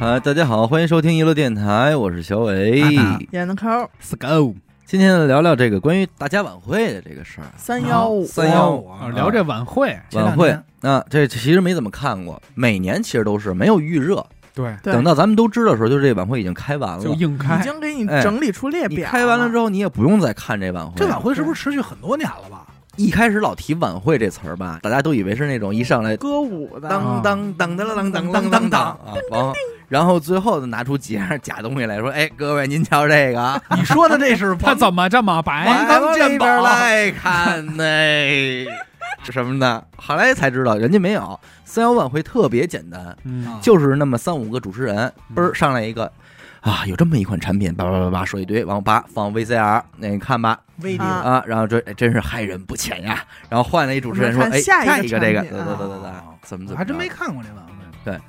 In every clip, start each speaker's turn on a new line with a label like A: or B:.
A: 啊，大家好，欢迎收听一路电台，我是小伟。
B: 啊
C: 演的抠
B: 四狗
A: 今天聊聊这个关于大家晚会的这个事儿。
C: 三幺五
A: 三幺五
B: 啊，聊这晚会，前
A: 晚
B: 两
A: 会
B: 天
A: 啊，这其实没怎么看过，每年其实都是没有预热，
B: 对，
C: 对
A: 等到咱们都知道的时候，就是这晚会已经开完
B: 就
A: 了。
B: 硬开
C: 已。经给你
A: 哎
C: 整理出列
A: 你
C: 表，
A: 开完了之，后，你也不用再看这晚会。
B: 这晚会是不是持续很多年了吧？
A: 一开始老提晚会这词儿吧，大家都以为是那种一上来
C: 歌舞
B: 啊
C: 的，
A: 当当当当当当当当当啊，然后然后最后拿出几样假东西来说，哎，各位您瞧这个，
B: 你说的这是他怎么这么
A: 哎，
B: 白？
A: 咱们这边来看那什么的。后来才知道，人家没有三幺晚会特别简单，
C: 啊
B: 嗯，
A: 就是那么三五个主持人，
B: 嗯
A: 嘣儿上来一个。啊，有这么一款产品，叭叭叭叭说一堆，然后叭放 VCR，那你看吧
B: 威
C: 啊
A: 啊，然后这哎真是害人不浅呀。然后换了一主持人说，
C: 我们
A: 哎，
C: 看下一个
A: 一个这个，对
C: 产品
A: 对
C: 啊
A: 对对对，怎么怎么着，
B: 我还真没看过这晚会。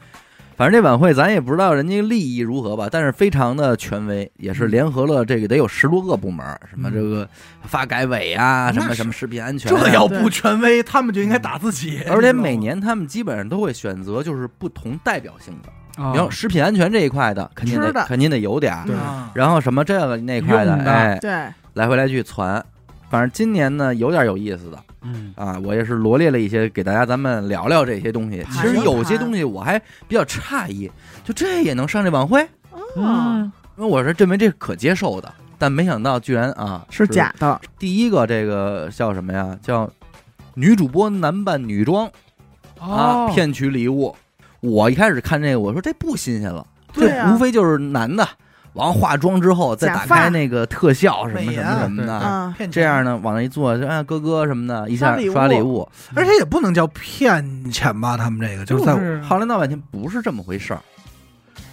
A: 反正这晚会咱也不知道人家利益如何吧，但是非常的权威，也是联合了这个得有十多个部门，什么这个发改委啊，
B: 那
A: 什么
B: 是
A: 什么食品安全啊、
D: 这要不权威，他们就应该打自己。
A: 而且每年他们基本上都会选择就是不同代表性的，
B: 啊
A: 嗯你要食品安全这一块的，肯定
C: 吃
A: 得
C: 的
A: 肯定得有点儿，
C: 对
D: 啊
A: 然后什么这个那块
B: 用的
A: 哎，
C: 对，
A: 来回来去传。反正今年呢有点有意思的
B: 嗯
A: 啊，我也是罗列了一些给大家咱们聊聊这些东西。其
C: 盘
A: 实
C: 一
A: 有些
C: 盘
A: 东西我还比较诧异，就这也能上这晚会？
C: 嗯，
B: 嗯，
A: 因为我是认为这是可接受的，但没想到居然啊
C: 是。假的，
A: 第一个这个叫什么呀？叫女主播男扮女装啊，
B: 哦，
A: 骗取礼物。我一开始看这个，我说这不新鲜了，
C: 对
A: 这
C: 啊
A: 无非就是男的完化妆之后再
C: 假
A: 打
C: 发
A: 开那个特效什么
D: 美
A: 什
D: 颜
A: 么什么
B: 对
A: 的，
C: 嗯，
D: 骗钱
A: 这样，呢往那一坐就啊哥哥什么的，一下
C: 刷礼物
A: 刷礼物。
D: 而且也不能叫骗钱吧？他们这个
B: 就
D: 就是在
B: 是
A: 后来闹半天不是这么回事儿，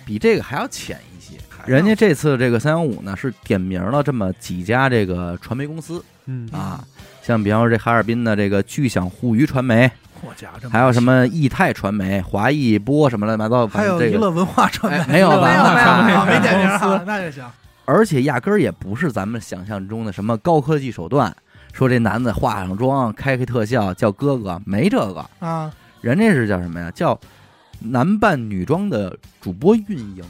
A: 比这个还要浅一些。
C: 哦
A: 人家这次这个三幺五呢是点名了这么几家这个传媒公司，
B: 嗯
A: 啊，像比方说这哈尔滨的这个巨响互娱传媒，
D: 我家这
A: 还有什？么易泰传媒、华艺播什么乱七八糟，
D: 还
A: 反正
D: 有
A: 这
D: 娱
A: 个
D: 乐文化传媒
A: 哎，没有吧
D: 娱乐文化传 媒
B: 没有没有
D: 啊没点
B: 公
D: 名
B: 司
D: 啊，那就行。
A: 而且压根儿也不是咱们想象中的什么高科技手段，说这男的化上妆、开开特效叫哥哥，没这个，
D: 啊，
A: 人家是叫什么呀？叫男扮女装的主播运营。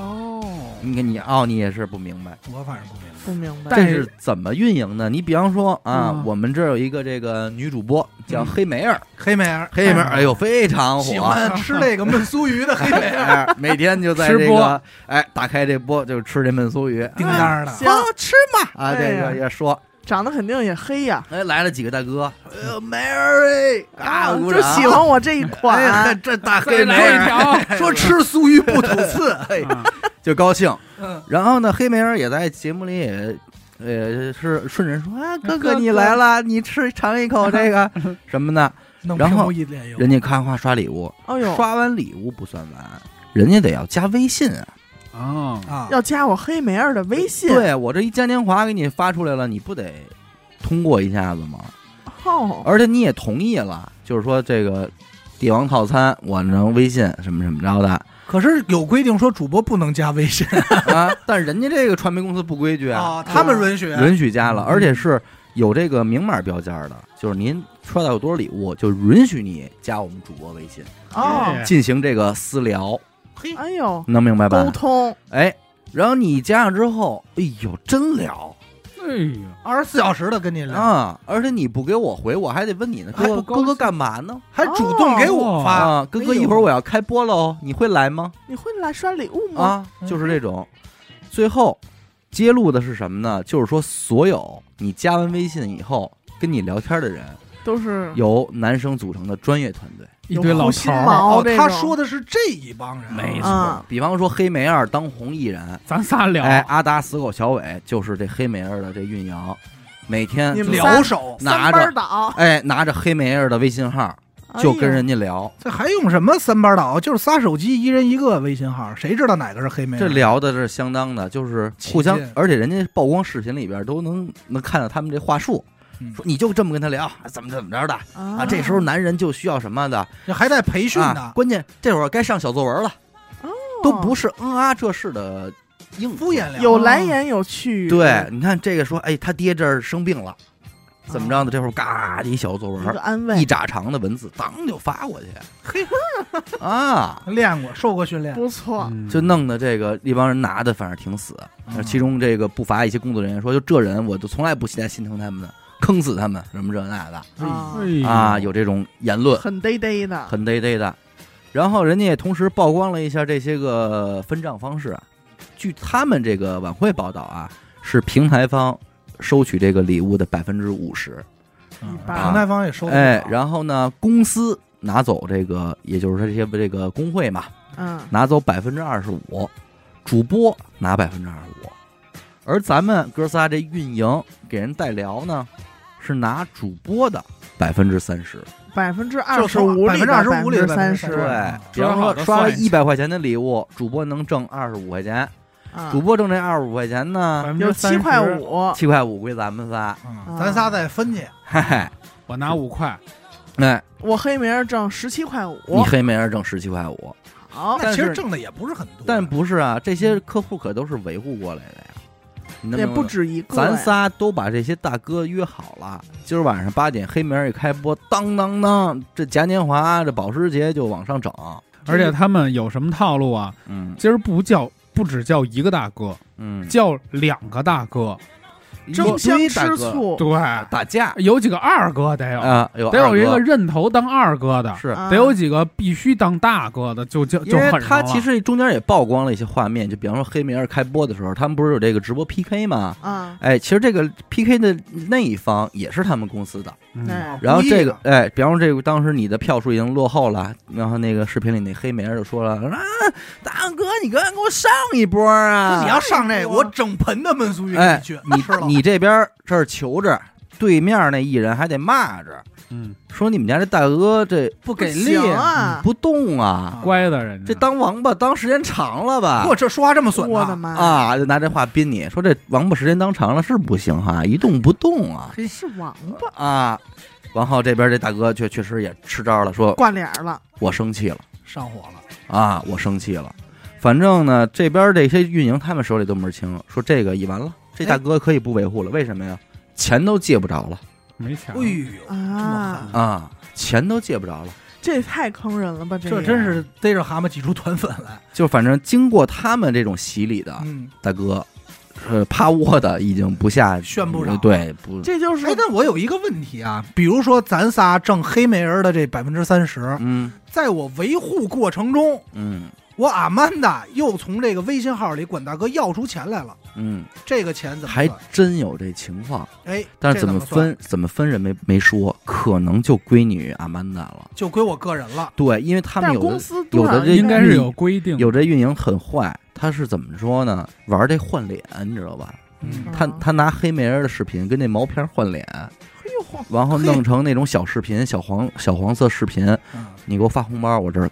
B: 哦，
A: 你看你哦，你也是不明白。
D: 我反正不明白。
C: 不明白，
B: 但
A: 这
B: 是
A: 是怎么运营呢？你比方说啊，
B: 嗯
A: 我们这儿有一个这个女主播叫黑梅儿，
D: 黑美儿，
A: 黑梅儿哎呦非常火，
D: 喜欢吃那个焖酥鱼的黑 美儿，
A: 哎，每天就在这
B: 吃
A: 个
B: 播
A: 哎，打开这播就吃这焖酥鱼
D: 叮当的。
C: 行，
A: 吃嘛啊，
C: 哎
A: 这
C: 呀
A: 个也说，
C: 长得肯定也黑呀，
A: 哎，来了几个大哥，哎呦，Mary 啊，鼓
C: 就
A: 掌
C: 喜欢我这一
D: 哎，
C: 款，
D: 这大
B: 再
D: 黑美
B: 来一
D: 儿
B: 条，
D: 说吃酥鱼不吐刺，哎
B: 啊
A: 就高兴。
D: 嗯，
A: 然后呢，黑梅儿也在节目里也。呃，是顺人说啊，哥
B: 哥
A: 哥
B: 哥
A: 你来了，你吃尝一口这个什么的，
D: 弄
A: 然后
D: 屏幕一脸油
A: 人家咔咔刷礼物，
C: 哎呦，
A: 刷完礼物不算完，人家得要加微信啊。
B: 哦，
D: 啊，
C: 要加我黑梅儿的微信，
A: 对我这一嘉年华给你发出来了，你不得通过一下子吗？
C: 哦，
A: 而且你也同意了，就是说这个帝王套餐我能微信什么什么 着的
D: 可是有规定说主播不能加微信
A: 啊，但是人家这个传媒公司不规矩啊，
C: 哦
D: 啊，他们允许
A: 允许
C: 嗯
A: 加了，而且是有这个明码标价的，就是您刷到有多少礼物，就允许你加我们主播微信
C: 哦，
A: 进行这个私聊，
D: 嘿
C: 哎呦，
A: 能明白
C: 沟
A: 吧？
C: 通，
A: 哎，然后你加上之后，哎呦，真聊
B: 哎呦，
D: 二十四小时的跟你聊，
A: 啊！而且你不给我回，我还得问你呢，
B: 还
A: 哥
B: 不高
A: 哥哥
B: 兴
A: 干嘛呢？
D: 还主动给我
C: 哦
D: 发，
A: 啊，哥哥一会儿我要开播喽，你会来吗？
C: 你会来刷礼物
B: 嗯
C: 吗？
A: 啊，就是这种。最后揭露的是什么呢？就是说，所有你加完微信以后跟你聊天的人，
C: 都
B: 嗯
C: 是
A: 由男生组成的专业团队。
B: 一堆老
C: 有护
B: 头
C: 心
B: 儿，
C: 毛
D: 哦
C: 这，种
D: 他说的是这一帮人，
B: 没错
C: 啊，
A: 比方说黑莓儿当红艺人，
B: 咱仨聊，
A: 哎，阿达死狗小伟就是这黑莓儿的这运营，每天
C: 你
A: 就
C: 们
A: 是
C: 仨
D: 聊手，
A: 拿
C: 三
A: 着
C: 班倒，
A: 哎拿着黑莓儿的微信号
B: 哎
A: 就跟人家聊，
D: 这还用什么三班倒？就是仨手机，一人一个微信号，谁知道哪个是黑啊莓？
A: 这聊的是相当的，就是互相
D: 哎起劲，
A: 而且人家曝光视频里边都能能看到他们这话术
D: 嗯。
A: 说你就这么跟他聊，啊怎么怎么着的
C: 哎呀
A: 啊？这时候男人就需要什么的，
D: 这还带培训
A: 啊
D: 呢，
A: 关键这会儿该上小作文了，都不
C: 哦
A: 是嗯啊这事的硬
D: 敷衍。聊，
C: 有来言有去语，
D: 哦
A: 对，你看这个说，哎，他爹这儿生病了，怎么着呢？这会儿嘎一小作
C: 一
A: 文
C: 个
A: 儿，
C: 安
A: 一
C: 慰，
A: 拃长的文字，当就发过去。
D: 啊嘿
A: 啊，
D: 练过，受过训练，
C: 不错，
B: 嗯
A: 就弄得这个一帮人拿的，反正挺死。
D: 嗯
A: 其中这个不乏一些工作人员说，就这人，我就从来不心心疼他们的，坑死他们什么这那的
C: 啊
B: 哎呦
A: 啊，有这种言论，
C: 很嘚嘚的，
A: 很嘚嘚的。然后人家也同时曝光了一下这些个分账方式啊。据他们这个晚会报道啊，是平台方收取这个礼物的百分之五十，
B: 嗯
C: 般
D: 平台方也受不了
A: 哎，然后呢，公司拿走这个，也就是说这些这个工会嘛，
C: 嗯，
A: 拿走百分之二十五，主播拿百分之二十五，而咱们哥仨这运营给人代聊呢，是拿主播的百分之三十，
C: 百分之二
D: 就
C: 十
D: 是
C: 五里的
D: 25%里的
C: 三
D: 30%
C: 十，
A: 对
D: 对，
A: 比方说
B: 说好的
A: 刷了
B: 算一
A: 一百块钱的礼物，主播能挣二十五块钱，
C: 啊
A: 主播挣这二十五块钱
D: 百
A: 呢，
D: 分
C: 有
D: 之
C: 七块
D: 30，
C: 五，
A: 七块五归咱们仨，
C: 啊
D: 嗯咱仨再分去，
A: 嘿嘿，
B: 我拿五块，
A: 哎，
C: 我黑名儿挣十七块
A: 你
C: 五，
A: 黑美人挣十七块五，
C: 好，
D: 那
A: 但
D: 其实
A: 是
D: 挣的也不是很多，
A: 但不是啊，这些客户可都是维护过来的呀，你能
C: 也
A: 明白
C: 不
A: 吗
C: 止一个呀，
A: 咱仨都把这些大哥约好了，今儿晚上八点黑名儿一开播，当当当，这嘉年华这保时捷就往上整。
B: 而且他们有什么套路啊？
A: 嗯
B: 今儿不叫，不只叫一个大哥，
A: 嗯，
B: 叫两个大哥，
C: 争相
A: 一堆大哥
C: 吃醋，
B: 对，
A: 打架
B: 有几个二哥得有，
A: 啊，有
B: 得有
A: 二
B: 一
A: 哥
B: 个认头当二哥的，
A: 是，
C: 啊
B: 得有几个必须当大哥的，就就
A: 因
B: 就
A: 为
B: 很
A: 他其实中间也曝光了一些画面，就比方说黑名儿开播的时候，他们不是有这个直播 PK 吗？
C: 啊，
A: 哎，其实这个 PK 的那一方也是他们公司的，
B: 嗯
C: 那
A: 然后这个
D: 故，
A: 哎，比方说这个，当时你的票数已经落后了，然后那个视频里那黑美人就说了：“啊，大哥，你刚才给我上一波啊！
D: 你要上这，我整盆的焖酥鱼给
A: 哎
D: 你去，吃了
A: 你你这边这儿求着，对面那艺人还得骂着，
B: 嗯，
A: 说你们家这大哥这不给力
C: 不行啊
A: 不动啊，
B: 乖的人家，
A: 这当王八当时间长了吧
D: 我？这说话这么损
C: 我的
D: 呢？
C: 妈，
A: 啊，就拿这话宾你说这王八时间当长了是不行哈、一动不动啊
C: 是王八
A: 啊！然后这边这大哥确确实也吃招了，说
C: 挂脸儿了，
A: 我生气了。”
D: 上火了，
A: 啊，我生气了。反正呢，这边这些运营他们手里都门儿清，说这个一完了，这
D: 哎
A: 大哥可以不维护了，为什么呀？钱都借不着了
B: 没钱
D: 哎，呦，这么狠
C: 啊，
A: 啊，钱都借不着了。
C: 这也太坑人了吧，这
D: 这
C: 也
D: 真是逮着蛤蟆挤出团粉来，
A: 就反正经过他们这种洗礼的
D: 嗯，
A: 大哥，呃，趴窝的已经不下
D: 炫不上。
A: 对，不，
C: 这就是
D: 哎，但我有一个问题啊，比如说咱仨挣黑美人的这百分之三十，
A: 嗯
D: 在我维护过程中，
A: 嗯
D: 我阿曼达又从这个微信号里管大哥要出钱来了，
A: 嗯，
D: 这个钱怎么
A: 还
D: 算？
A: 真有这情况，
D: 哎，
A: 但
D: 这
A: 是怎么
D: 算
A: 分怎么分人没没说，可能就归你阿曼达了。
D: 就归我个人了。
A: 对，因为他
C: 但
A: 们有
C: 是
A: 的
C: 公司
A: 有
C: 多
A: 的
C: 少哎
A: 这
B: 应该是
A: 你
B: 有规定，
A: 有这运营很坏，他是怎么说呢？玩这换脸，你知道吧？
D: 嗯
A: 他
C: 嗯
A: 他拿黑美人的视频跟那毛片换脸，
C: 哎呦，
A: 然后弄成那种小视频、小黄小黄色视频。
D: 嗯
A: 你给我发红包，我这儿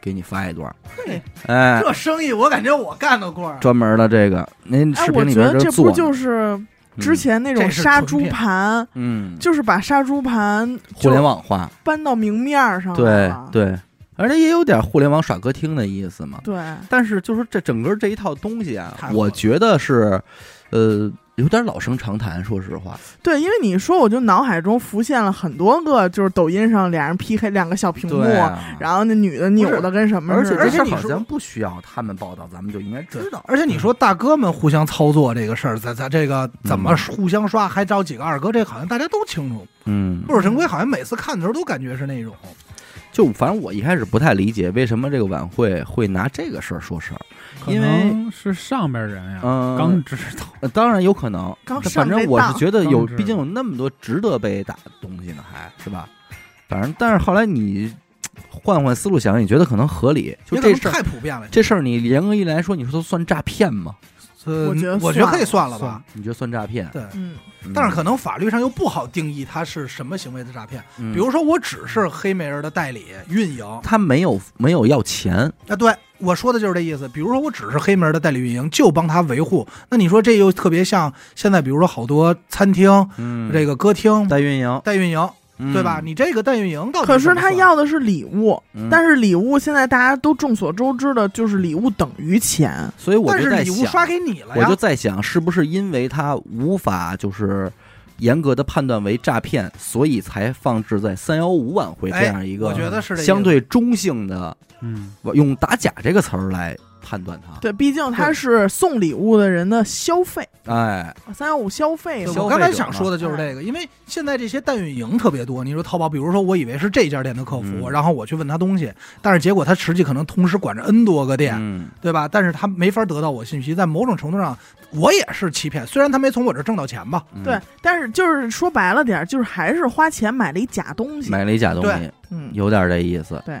A: 给你发一段。
D: 嘿，
A: 哎，
D: 嗯这生意我感觉我干得过。啊
A: 专门的这个，您
C: 哎
A: 视，
C: 我
A: 频里
C: 觉
A: 边
C: 得这
A: 做
C: 不
A: 呢嗯
C: 就是之前那种
D: 嗯这是
C: 杀
D: 纯
C: 猪
D: 骗
C: 盘，
A: 嗯，嗯
C: 就是把杀猪盘
A: 互联
C: 就哦
A: 网化，
C: 搬到明面儿上来
A: 对
C: 了
A: 对，而且也有点互联网耍歌厅的意思嘛。
C: 对，
A: 但是就是这整个这一套东西啊
D: 太，火
A: 我
D: 了
A: 觉得是，呃，有点老生常谈。说实话，
C: 对，因为你说，我就脑海中浮现了很多个，就是抖音上俩人 PK 两个小屏幕，
A: 对啊
C: 然后那女的扭的跟什么
A: 而
C: 似
A: 且这
C: 的。
D: 而
A: 事
D: 且
A: 儿
D: 你
A: 好
D: 说
A: 像不需要他们报道，咱们就应该知道。
D: 而且你说大哥们互相操作这个事儿，咱咱这个怎么互相刷，还找几个二哥，这好像大家都清楚。
A: 嗯嗯
D: 木守神龟好像每次看的时候都感觉是那种，
A: 就反正我一开始不太理解为什么这个晚会会拿这个事儿说事儿，
B: 可
A: 因为
B: 能是上边人呀，
A: 嗯，
B: 刚知道，
A: 呃当然有可能，
C: 刚上
A: 反正
C: 这
A: 我是
C: 当
A: 觉得有，
B: 刚知
A: 毕竟有那么多值得被打的东西呢，还是吧？反正但是后来你换换思路想，你觉得可能合理，就
D: 也可
A: 这
D: 能
A: 事儿。
D: 太普遍了。
A: 这事儿你严格一来说，你说它算诈骗吗？
D: 呃
C: 我觉得
D: 我觉得可以
C: 算
D: 算了吧。
A: 你觉得算诈骗？
D: 对，
C: 嗯，
A: 嗯
D: 但是可能法律上又不好定义它是什么行为的诈骗。
A: 嗯
D: 比如说，我只是黑美人的代理运营，
A: 他没有没有要钱，
D: 啊，对我说的就是这意思。比如说，我只是黑门的代理运营，就帮他维护。那你说这又特别像现在，比如说好多餐厅、
A: 嗯
D: 这个歌厅
A: 代运营，
D: 代运营，对吧？
A: 嗯
D: 你这个代运营到底
C: 可是他
D: 怎么算
C: 要的是礼物，
A: 嗯
C: 但是礼物现在大家都众所周知的，就是礼物等于钱。
A: 所以我
D: 但
A: 就是在
D: 礼物
A: 想，
D: 刷给你了
A: 我
D: 呀
A: 就。在想，是不是因为他无法就是严格的判断为诈骗，所以才放置在三幺五晚会这样一
D: 哎我
A: 个
D: 觉得是这意思
A: 相对中性的，
B: 嗯，
A: 用“打假”这个词儿来判断它。
C: 对，毕竟他是送礼物的人的消费，
A: 哎，
C: 三幺五消费
D: 对
C: 嘛
A: 消
D: 我
A: 费
D: 刚才
A: 者
D: 想
A: 嘛哎
D: 说的就是这个，因为现在这些代运营特别多。你说淘宝，比如说我以为是这家店的客服，
A: 嗯
D: 然后我去问他东西，但是结果他实际可能同时管着 N 多个店，
A: 嗯，
D: 对吧？但是他没法得到我信息，在某种程度上，我也是欺骗。虽然他没从我这儿挣到钱吧，
A: 嗯
C: 对，，但是就是说白了点儿，就是还是花钱买了一假东西。
A: 买了一假东西
D: 对，
C: 嗯，
A: 有点这意思。
C: 对，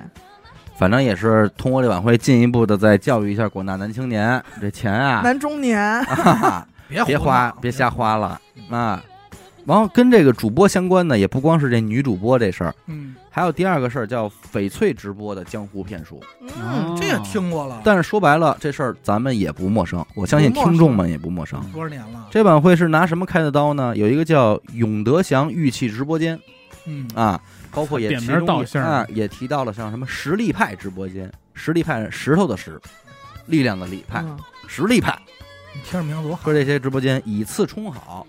A: 反正也是通过这晚会进一步的再教育一下广大男青年，这钱啊，
C: 男中年，
A: 啊
D: 别
A: 别
D: 别
A: 花，别瞎。花了啊。然后跟这个主播相关的，也不光是这女主播这事儿，
D: 嗯，
A: 还有第二个事儿叫翡翠直播的江湖骗术。
C: 嗯，
D: 这也听过了，
A: 但是说白了，这事儿咱们也不陌生，我相信
C: 不陌生
A: 听众们也不陌生。
D: 多少年了？
A: 这晚会是拿什么开的刀呢？有一个叫永德祥玉器直播间
D: 嗯，
A: 啊，包括也
B: 点
A: 其
B: 名
A: 中
B: 道
A: 也
B: 姓儿
A: 啊也提到了像什么实力派直播间，实力派石头的石，力量的力派，
C: 嗯
A: 实力派
D: 你听着名字多好
A: 说。这些直播间以次充好。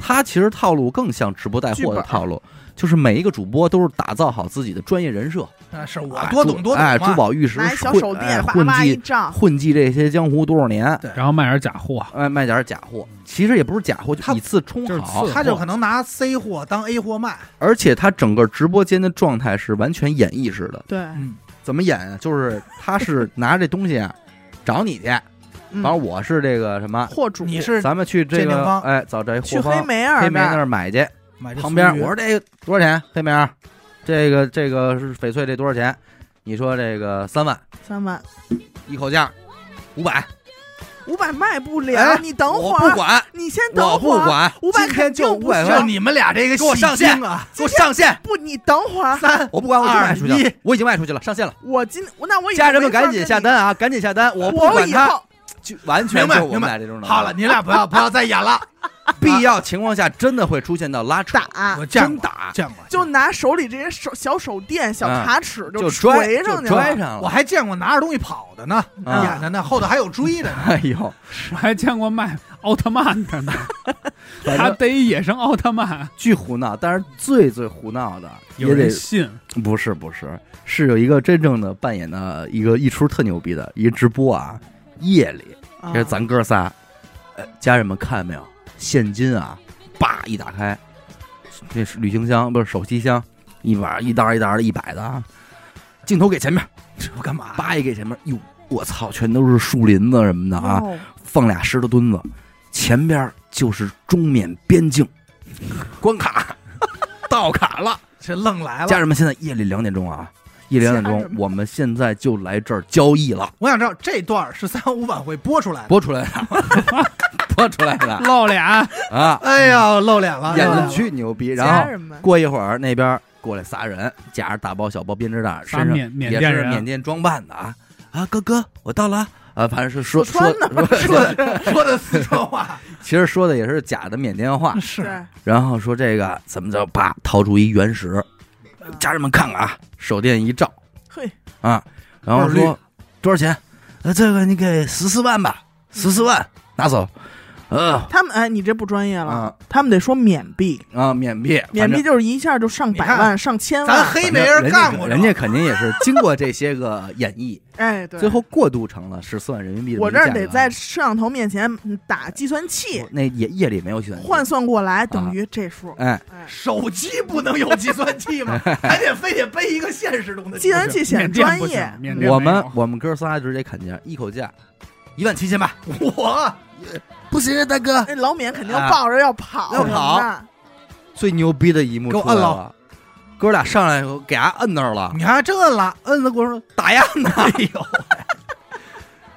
A: 他其实套路更像直播带
C: 剧
A: 货
C: 本
A: 的
C: 儿
A: 套路，就是每一个主播都是打造好自己的专业人设，
D: 啊是我
A: 啊
D: 多
A: 珠
D: 懂多懂
A: 哎，
D: 嘛。
A: 珠宝玉石
C: 拿一小
A: 混
C: 手
A: 哎
C: 电，叭
A: 混
C: 叭一
A: 迹
C: 照，
A: 混迹这些江湖多少年，
B: 然后卖点假货，
A: 哎，卖点假货，其实也不是假货，就
D: 他
A: 以次充
B: 就是
A: 好。
B: 次
D: 他就可能拿 C 货当 A 货卖，
A: 而且他整个直播间的状态是完全演绎式的，
C: 对，
D: 嗯，
A: 怎么演啊？就是他是拿这东西啊找你去，
C: 嗯
A: 然后我是这个什么，
C: 货主
D: 你是
A: 咱们去这
D: 鉴定
A: 个
D: 方
A: 哎找这
C: 去
A: 货
C: 黑
A: 方
C: 梅尔
A: 黑梅那
C: 那儿
A: 儿买去，
D: 买这
A: 旁边
D: 酥鱼
A: 我说这个多少钱？黑梅儿，这个这个是翡翠这多少钱？你说这个三万
C: 三万
A: 一口价，五百，
C: 五百卖不
A: 哎
C: 了，你等
A: 我
C: 会
A: 不
C: 儿，
A: 管，
C: 你先等
A: 我不
C: 会儿，
A: 管，
C: 500
A: 今天就
C: 肯定
A: 五
C: 不
A: 百
C: 行
A: 块
D: 就，你们俩这个
A: 给我
D: 戏
A: 上线
D: 精啊！
A: 给我上线。
C: 不，你等会儿，
D: 三
A: 我不管，我已经卖出去
D: 二
A: 了
D: 一，
A: 我已经卖出去了，上线了，
C: 我今那我以后
A: 家人们
C: 没法
A: 赶紧
C: 跟
A: 下
C: 你
A: 单，啊，赶紧下单，我不
C: 我
A: 管
C: 以
A: 他，
C: 后
A: 就完全
D: 明白
A: 就我们
D: 明白
A: 俩这种人啊
D: 好了，，你俩不要不要再演了，
A: 必要情况下真的会出现到拉扯，
C: 打
D: 我见
A: 真
D: 过
A: 打
D: 见过，
C: 就拿手里这些手小手电、小
A: 嗯
C: 卡尺
A: 就
C: 锤
A: 拽
C: 上
A: 就
C: 去了
A: 拽。上
D: 我
A: 了，
D: 还见过拿着东西跑的呢，
A: 啊
D: 演的呢，后头还有追的呢。
A: 哎呦，
B: 我还见过卖奥特曼的呢，
A: 反
B: 他
A: 正
B: 逮一野生奥特曼，
A: 巨胡闹，但是最最胡闹的
B: 有
A: 也得
B: 人信，
A: 不是不是，是有一个真正的扮演的一个一出特牛逼的一直播啊，夜里
C: 啊
A: 这是咱哥仨，呃，家人们看没有，现金啊，叭一打开，这是旅行箱不是手提箱，一把一袋儿一袋儿的一百的，啊，镜头给前
C: 啊
A: 面，
D: 这我干嘛？
A: 叭一给前面，哟，我操，全都是树林子什么的啊，
C: 哦
A: 放俩石头墩子，前边就是中缅边境，关卡， 到卡了。
D: 这愣来
A: 家
D: 了。
A: 人们，现在夜里两点钟啊，夜里两点
C: 哎家人
A: 钟，
C: 们
A: 我们现在就来这儿交易了，
D: 我想知道这段是三幺五晚会播出来的。
A: 播出来了， 播出来了
B: 露脸，
A: 啊！
D: 哎呀，露脸了，
A: 演
D: 露脸
A: 的
D: 了
A: 巨牛逼。
C: 家
A: 然后
C: 人们
A: 过一会儿那边过来仨人，夹着大包小包编织袋，
B: 仨
A: 身上
B: 缅缅
A: 也
B: 甸
A: 是
B: 人啊
A: 缅甸装扮的啊啊！哥哥，我到了啊啊！反正是说
C: 四川
A: 说
D: 说
A: 说，
D: 的 说的四川话
A: 其实说的也是假的缅甸 话。
C: 对，
D: 是
A: 然后说这个怎么着，啪掏出一原石，
C: 啊
A: 家人们看看啊，手电一照，
C: 嘿，
A: 啊，然后
D: 倍儿
A: 说多少钱？呃，这个你给十四万吧，十四万拿走。呃
C: 他们哎，你这不专业了，
A: 啊
C: 他们得说缅币，
A: 啊，缅币，反
C: 缅币
A: 正
C: 就是一下就上百
D: 你
C: 万、上千
D: 咱
C: 万，
D: 黑没人干过这
A: 人家，人家肯定也是经过这些个演绎，
C: 哎，对，
A: 最后过渡成了十四万人民币的
C: 我
A: 一
C: 这
A: 个价格。
C: 儿得在摄像头面前打计算器
A: 哎我那夜夜里没有计算器
C: 换算过来，等于这数。
A: 哎，
C: 哎，
D: 手机不能有计算器吗？还得非得背一个现实中的
C: 计算器显
B: 缅
C: 专
B: 甸不行
C: 业，
B: 缅甸
A: 我
B: 没
A: 们
B: 有
A: 我们哥仨直接砍价，一口价一万七千八，
D: 我
A: 不行啊，大哥，
C: 那老缅肯定
A: 啊
C: 抱着要跑，
A: 要跑
C: 呢
A: 最牛逼的一幕
D: 给我
A: 出来
D: 摁了
A: 了，哥俩上来以后给他摁那儿了，
D: 你看这摁了，摁了给我说打呀呢！哎呦，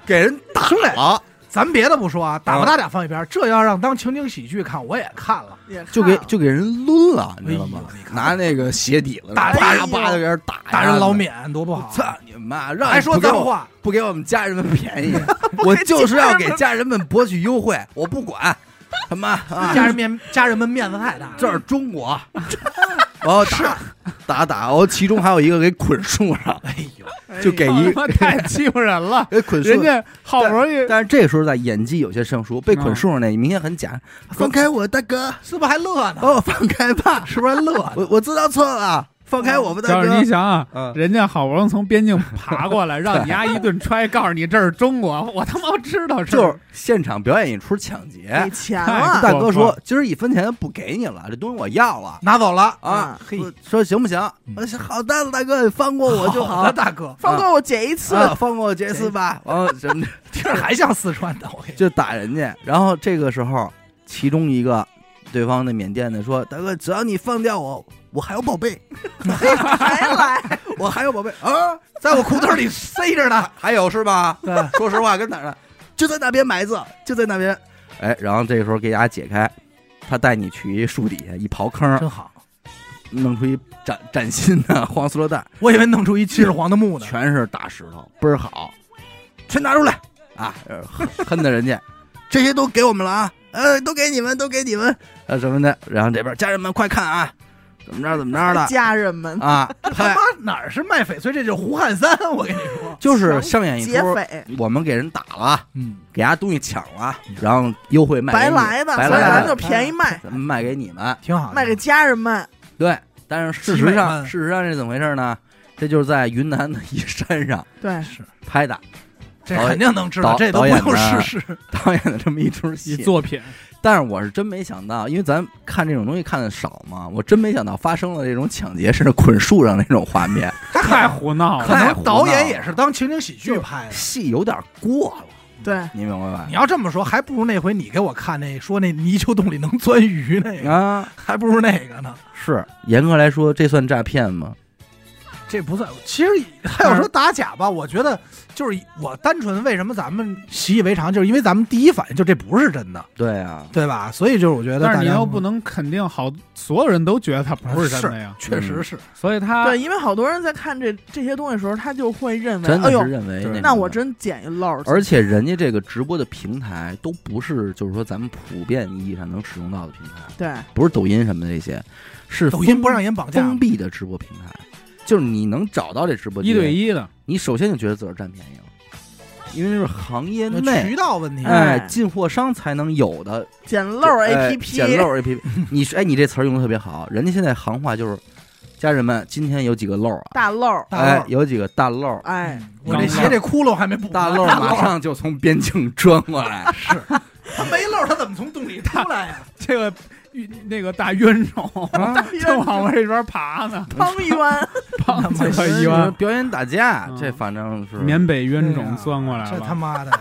A: 给人打
D: 兄弟
A: 了，
D: 咱别的不说啊，打不打架放一边，这要让当情景喜剧看，我也看了。
C: 也看
A: 就给
C: 了
A: 就给人抡了，你知道吗
D: 哎呦你？看
A: 拿那个鞋底子
D: 打
A: 啪
C: 哎呦
A: 啪就给人打呀，
D: 打人老缅多不
A: 我
D: 好，啊
A: 操你妈！让
D: 还
A: 你
D: 说
A: 不给
D: 脏
A: 我，
D: 话，
A: 不给我们家人们便宜，
C: 不
A: 我
C: 给
A: 就是要
C: 家
A: 给
C: 人
A: 家人们博取优惠，我不管，他妈啊！
D: 家人面家人们面子太大了，
A: 这是中国，然后打打打，然后其中还有一个给捆树上，
D: 哎呦，
C: 们
A: 就给
B: 他
A: 一。
B: 妈 太欺负人了
A: 给捆
B: 人家好不容易
A: 但是这时候在演技有些生疏，被
D: 啊
A: 捆树那明显很假。放开我，大哥，
D: 是不是还乐呢？
A: 把我放开吧！
D: 是不是还乐呢？
A: 我我知道错了，放开我吧，大
D: 哦
B: 小是
A: 哥
B: 你。想啊，
A: 嗯
B: 人家好不容易从边境爬过 来，让你丫一顿踹，告诉你这是中国， 我他妈知道是
A: 就是现场表演一出抢
C: 给
A: 劫，
C: 钱
B: 哎
C: 了
A: 大哥
B: 我
A: 说今儿一分钱不给你了，这东西我要了
D: 拿走了，嗯
A: 啊！
D: 嘿嗯
A: 我说行不行？我说好的，大哥，你放过我就好
D: 的
A: 了。
D: 大哥，
C: 放过我姐一次，
A: 啊，放过我这次吧。然后什么 的
D: 听着还像四川的，我跟你
A: 就打人家。然后这个时候，其中一个对方的缅甸的说：“大哥，只要你放掉我，我还有宝贝，
C: 还来，
A: 我还有宝贝啊！
D: 在我裤腿里塞着呢。
A: 还有是吧？
D: 对，
A: 说实话，跟哪儿呢？就在那边埋着，就在那边。哎，然后这个时候给大家解开，他带你去一树底下一刨坑，
D: 真好，
A: 弄出一崭崭新的黄塑料袋，
D: 我以为弄出一秦始皇的墓呢。
A: 全是大石头，倍儿好，全拿出来啊！ 呃哼哼的人家，这些都给我们了啊，呃，都给你们，都给你们啊什么的。然后这边家人们快看啊，怎么着怎么着 的
C: 家人们
A: 啊，
D: 他
A: 嗨，
D: 妈哪儿是卖翡翠，这就是胡汉三，我跟你说。
A: 就是上演一
C: 劫
A: 出，
C: 匪，
A: 我们给人打了，
D: 嗯，
A: 给人家东西抢了，然后优惠卖给
C: 白
A: 你
C: 来的，
A: 白
C: 所以
A: 来
C: 咱
A: 的哎
C: 就便宜卖，
A: 咱们卖给你们。
D: 挺好的。
C: 卖给家人们，
A: 对，但是事
D: 集
A: 实
D: 美
A: 上，
D: 嘛
A: 事实上是怎么回事呢？这就是在云南的一山上
C: 对，
A: 拍的，
D: 这
A: 导
D: 肯定能知道，
A: 导
D: 这都不用试试。
A: 导演的这么一出
B: 一
A: 戏。
B: 作品，
A: 但是我是真没想到，因为咱看这种东西看的少嘛，我真没想到发生了这种抢劫甚至捆树上那种画面，
B: 太胡闹
A: 导
D: 可
A: 演
B: 了。
A: 太胡
D: 能
A: 闹了
D: 导演也是当情景喜剧拍的。
A: 戏有点过了，
C: 对，
A: 你明白吧
D: 你？要这么说，还不如那回你给我看那说那泥鳅洞里能钻鱼那个，
A: 啊，
D: 还不如那个呢。
A: 是严格来说，这算诈骗吗？
D: 这不算。其实还有说打假吧，我觉得就是我单纯为什么咱们习以为常，就是因为咱们第一反应就这不是真的，
A: 对啊，
D: 对吧？所以就是我觉得大家，
B: 但是你又不能肯定好，所有人都觉得他不是真的呀，
D: 嗯确实是
B: 所以
A: 啊
B: 他
C: 对，因为好多人在看这这些东西的时候，他就会认为，
A: 真
C: 哎
A: 的
C: 呦
A: 是，认为
D: 对
A: 种
C: 那我
A: 的。
C: 真捡一漏儿去，
A: 而且人家这个直播的平台都不是，就是说咱们普遍意义上能使用到的平台，
C: 对，
A: 不是抖音什么的这些，是
D: 抖音
A: 封
D: 不让人绑架
A: 封，闭的直播平台，就是你能找到这直播
B: 一对
A: 一，
B: 一的，
A: 你首先就觉得自个儿占便宜了，因为这是行业内
D: 渠道问题。
A: 哎
C: 哎
A: 进货商才能有的
C: 捡漏儿
A: 哎
C: APP，
A: 捡漏 A P P，你是哎你这词儿用的特别好，人家现在行话就是，家人们今天有几个漏儿啊，
C: 大漏儿，
D: 大
A: 哎
D: 漏
A: 有几个大漏儿，
C: 哎，
D: 我这鞋这窟窿还没补呢，
A: 大漏儿马上就从边境钻过来，
D: 他 没漏，他怎么从洞里出来呀？
B: 这个晕那个大冤 种
A: 嗯
B: 正往我这边爬呢，
C: 汤圆，
B: 胖子和
A: 嗯是
B: 冤。
A: 表演打架，
B: 哎啊嗯
A: 这反正是
B: 缅北冤
D: 对
B: 种
D: 啊
B: 钻过来
D: 这他
B: 了，
D: 妈的，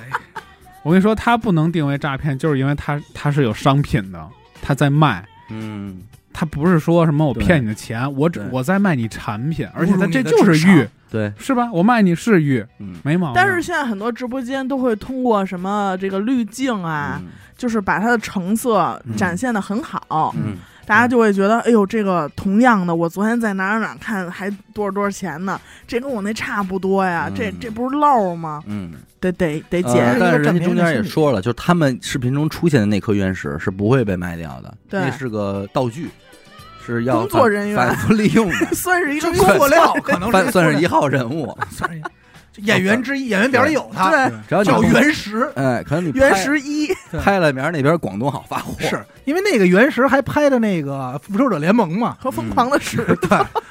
B: 我跟你说，他不能定为诈骗，就是因为他他是有商品的，他在卖，
A: 嗯
B: 他不是说什么我
A: 对
B: 骗你的钱，我只
A: 对
B: 我在卖你产品，而且
D: 侮辱
B: 他
D: 你
B: 这
D: 的
B: 就是
D: 智商
B: 玉，
A: 对
B: 是吧？我卖你是玉，
A: 嗯
B: 没毛病。
C: 但是现在很多直播间都会通过什么这个滤镜啊，
A: 嗯
C: 就是把它的成色展现的很好，
A: 嗯
C: 大家就会觉得，哎呦，这个同样的，我昨天在哪儿哪儿看还多少多少钱呢，这跟我那差不多呀，
A: 嗯
C: 这这不是漏儿吗？
A: 嗯，
C: 得得得
A: 呃
C: 捡，
A: 但是人家中间也说了，就是他们视频中出现的那颗原石是不会被卖掉的，
C: 对
A: 那是个道具，是要
C: 工作
A: 反
C: 人员，
A: 反复利用的
C: 算是一个
D: 这
C: 功
D: 工作料可能
A: 算算是一
D: 一
A: 号人物，
D: 算是一这演员之一，演员表里有他，
C: 对
A: 只要你
D: 叫原石。
A: 哎，嗯可能你拍
C: 原石一，
A: 拍了，明儿那边广东好发货，
D: 是因为那个原石还拍的那个《复仇者联盟》嘛，
C: 和
A: 嗯
C: 疯狂的 石，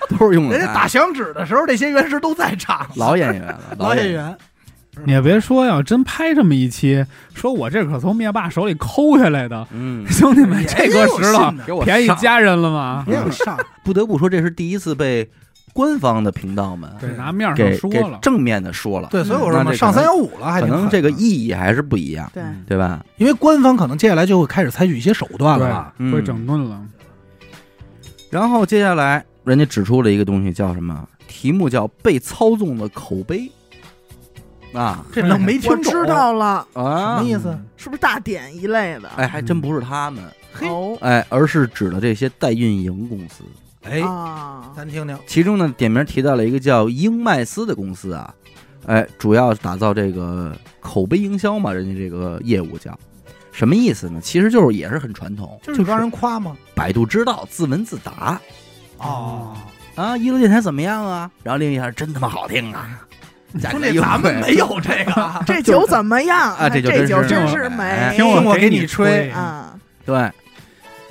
A: 都是用的啊
D: 人家打响指的时候，这些原石都在场。
A: 老演员了，
D: 老
A: 演
D: 演， 员，
B: 你也别说呀，真拍这么一期，说我这可从灭霸手里抠下来的，
A: 嗯，
B: 兄弟们，这个石
D: 哎
B: 头
A: 给我
B: 便宜
A: 上，
B: 家人了吗？
D: 也有 上，
A: 不得不说，这是第一次被官方的频道们
B: 对，拿面上
A: 给
B: 说
A: 给
B: 了，
A: 正面的说了，
D: 对，所以我说
A: 那
D: 嘛，
A: 这
D: 上
A: 可
D: 三
A: 能
D: 幺五了，还
A: 可
D: 挺
A: 能
D: 狠
A: 这个
D: 的
A: 意义还是不一样，
C: 对，
B: 嗯
A: 对吧？
D: 因为官方可能接下来就会开始采取一些手段了吧？
B: 对，会
A: 嗯
B: 整顿了。
A: 然后接下来，人家指出了一个东西，叫什么？题目叫“被操纵的口碑”啊
D: 这愣没听
C: 我
D: 懂，
C: 知道了，
A: 啊
D: 什么！意思？
B: 嗯
C: 是不是大典一类的？
A: 哎，还真不是他们，
D: 嘿
C: 哦
A: 哎，而是指的这些代运营公司。
D: 哎，
C: 啊，。
D: 咱听听，
A: 其中呢，点名提到了一个叫英麦斯的公司啊，哎，主要打造这个口碑营销嘛，人家这个业务叫什么意思呢？其实就是也是很传统，
D: 就是你帮人夸吗？
A: 百度知道自问自答
D: 哦，
A: 啊，一路电台怎么样啊？然后另一下真他妈好听啊，价格
D: 兄弟，
A: 优惠
D: 咱们没有这个
C: 这酒怎么样
A: 啊这酒
C: 这酒
A: 真是
C: 真是
A: 哎
C: 美。
B: 听
D: 我
B: 给
D: 给你吹
B: 吹，
C: 啊，
A: 对，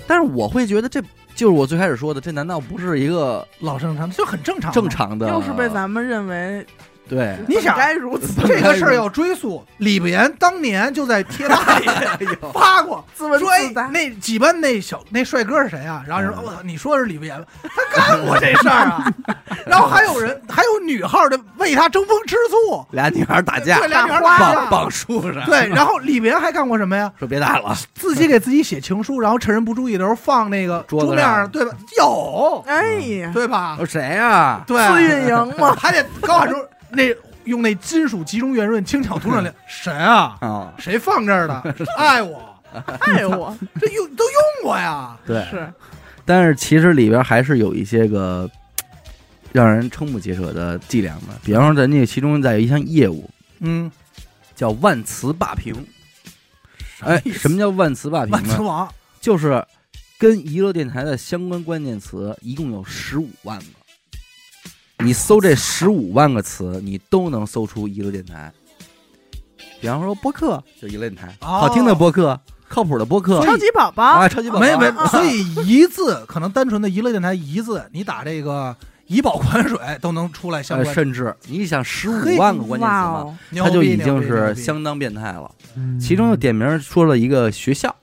A: 但是我会觉得这就是我最开始说的，这难道不是一个
D: 老正常，啊就很正常。
A: 正。常的？
C: 又是被咱们认为
A: 对
D: 你想
C: 本该如 此，
D: 这个事儿要追溯，李不言当年就在贴吧里 发过，
C: 自问
D: 说
C: 自
D: 哎
C: 答，
D: 那几班那小那帅哥是谁啊？然后人说
A: 嗯
D: 我操，你说是李不 言吧，他干过这事儿啊。 然后还有人，还有女号的为他争风吃醋，
A: 俩女孩打架
D: 对，俩女孩打
A: 绑
D: 架。
A: 绑树上，
D: 对，然后李不言还干过什么呀？
A: 说别打了，
D: 自己给自己写情书，然后趁人不注意的时候放那个
A: 桌子
D: 面
A: 上
D: 上，对吧？有，
C: 哎呀，
D: 对吧
A: 说？谁呀？
D: 对，
C: 自运营 嘛，
D: 还得高喊出那用那金属集中圆润轻巧涂 上脸，谁啊？
A: 啊，
D: 谁放这儿 的？爱我，
C: 爱我
D: 这用都用过呀。
A: 对。
C: 是
A: 但是其实里边还是有一些个让人瞠目结舌的伎俩的，比方说咱这其中在一项业务
D: 嗯，
A: 叫万词霸屏。哎，什么叫万词霸屏
D: 万磁
A: 呢？
D: 王
A: 就是跟娱乐电台的相关关键词一共有十五万个，你搜这十五万个词，你都能搜出娱乐电台。比方说播客，就娱乐电台，
D: 哦
A: 好听的播客，靠谱的播客
C: 超级宝宝
A: 啊，，超级宝宝
D: 没没
A: 啊，
D: 所以一字可能单纯的娱乐电台一字，你打这个 怡宝款水都能出来相
A: 呃
D: 关，
A: 甚至你想十五万个关键词
C: 哇
A: 嘛，
C: 哦，
D: 牛
A: 它就
D: 逼
A: 已
D: 牛
A: 经
D: 逼牛
A: 是
D: 逼
A: 相当变态了。其中的点名说了一个学校，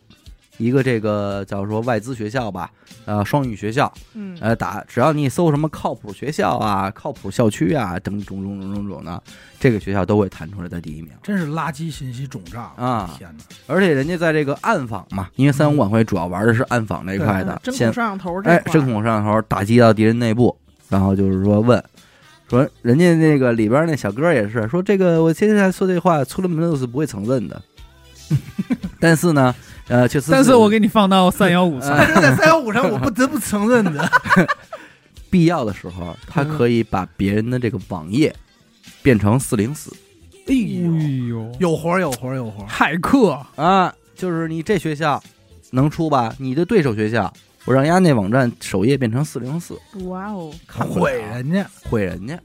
A: 一个这个叫说外资学校吧，呃，双语学校，
C: 嗯，
A: 呃，打只要你搜什么靠谱学校啊、靠谱校区啊等种种种种种的，这个学校都会弹出来在第一名
D: 真是垃圾信息肿胀
A: 啊
D: 天哪，
A: 而且人家在这个暗访嘛，因为三五晚会主要玩的是暗访这一块的，
C: 针孔
A: 先
C: 嗯摄像头这
A: 哎
C: 块儿
A: 针孔摄像头打击到敌人内部，然后就是说问。说人家那个里边那小哥也是说这个，我现在说这话，出了门都是不会承认的。但是呢，呃，确实，
B: 但是我给你放到三幺五
A: 呃
B: 三，
D: 但是在三幺五上我不得不承认的，
A: 必要的时候，他可以把别人的这个网页变成四零四
D: 哎
B: 哎
D: 呦，
B: 呦，
D: 有活儿有活儿有活儿，
B: 骇客，
A: 啊，就是你这学校能出吧？你的对手学校，我让人家那网站首页变成四零四，
C: 哇哦，
A: 看不了
D: 毁人家，
A: 毁人家。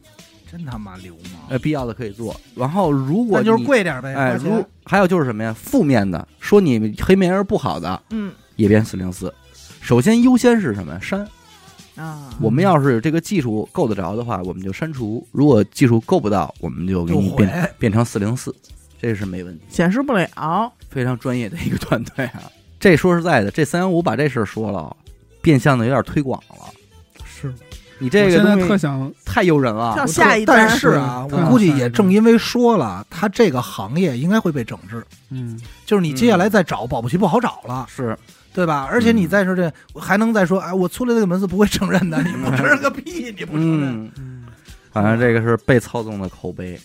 D: 真他妈流氓，
A: 呃，必要的可以做。然后如果
D: 那
A: 你
D: 就是贵点儿呗，
A: 哎，
D: 花钱
A: 如还有就是什么呀？负面的，说你黑面人不好的
C: 嗯
A: 也变四零四。首先优先是什么呀？删。
C: 啊，
A: 我
D: 嗯
A: 们要是这个技术够得着的话，我们就删除；如果技术够不到，我们就给
D: 就
A: 你
D: 毁
A: 变变成四零四，这是没问题。
C: 显示不了，
A: 非常专业的一个团队啊。 这说实在的，这三幺五把这事儿说了，变相的有点推广了。
B: 是
A: 你这个
B: 我现在
A: 东
B: 特
A: 西
B: 想
A: 太诱人了
C: 叫，下一
D: 但
C: 单
D: 是啊，
B: 嗯
D: 我估计也正因为说了，他这个行业应该会被整治，
B: 嗯，
D: 就是你接下来再找，保不齐不好找了，
A: 是
D: 对
A: 嗯
D: 吧？而且你再说这还能再说，哎，我出来这个门是不会 承认的，你不承认个屁，你不承认。
A: 嗯，反正这个是被操纵的口碑。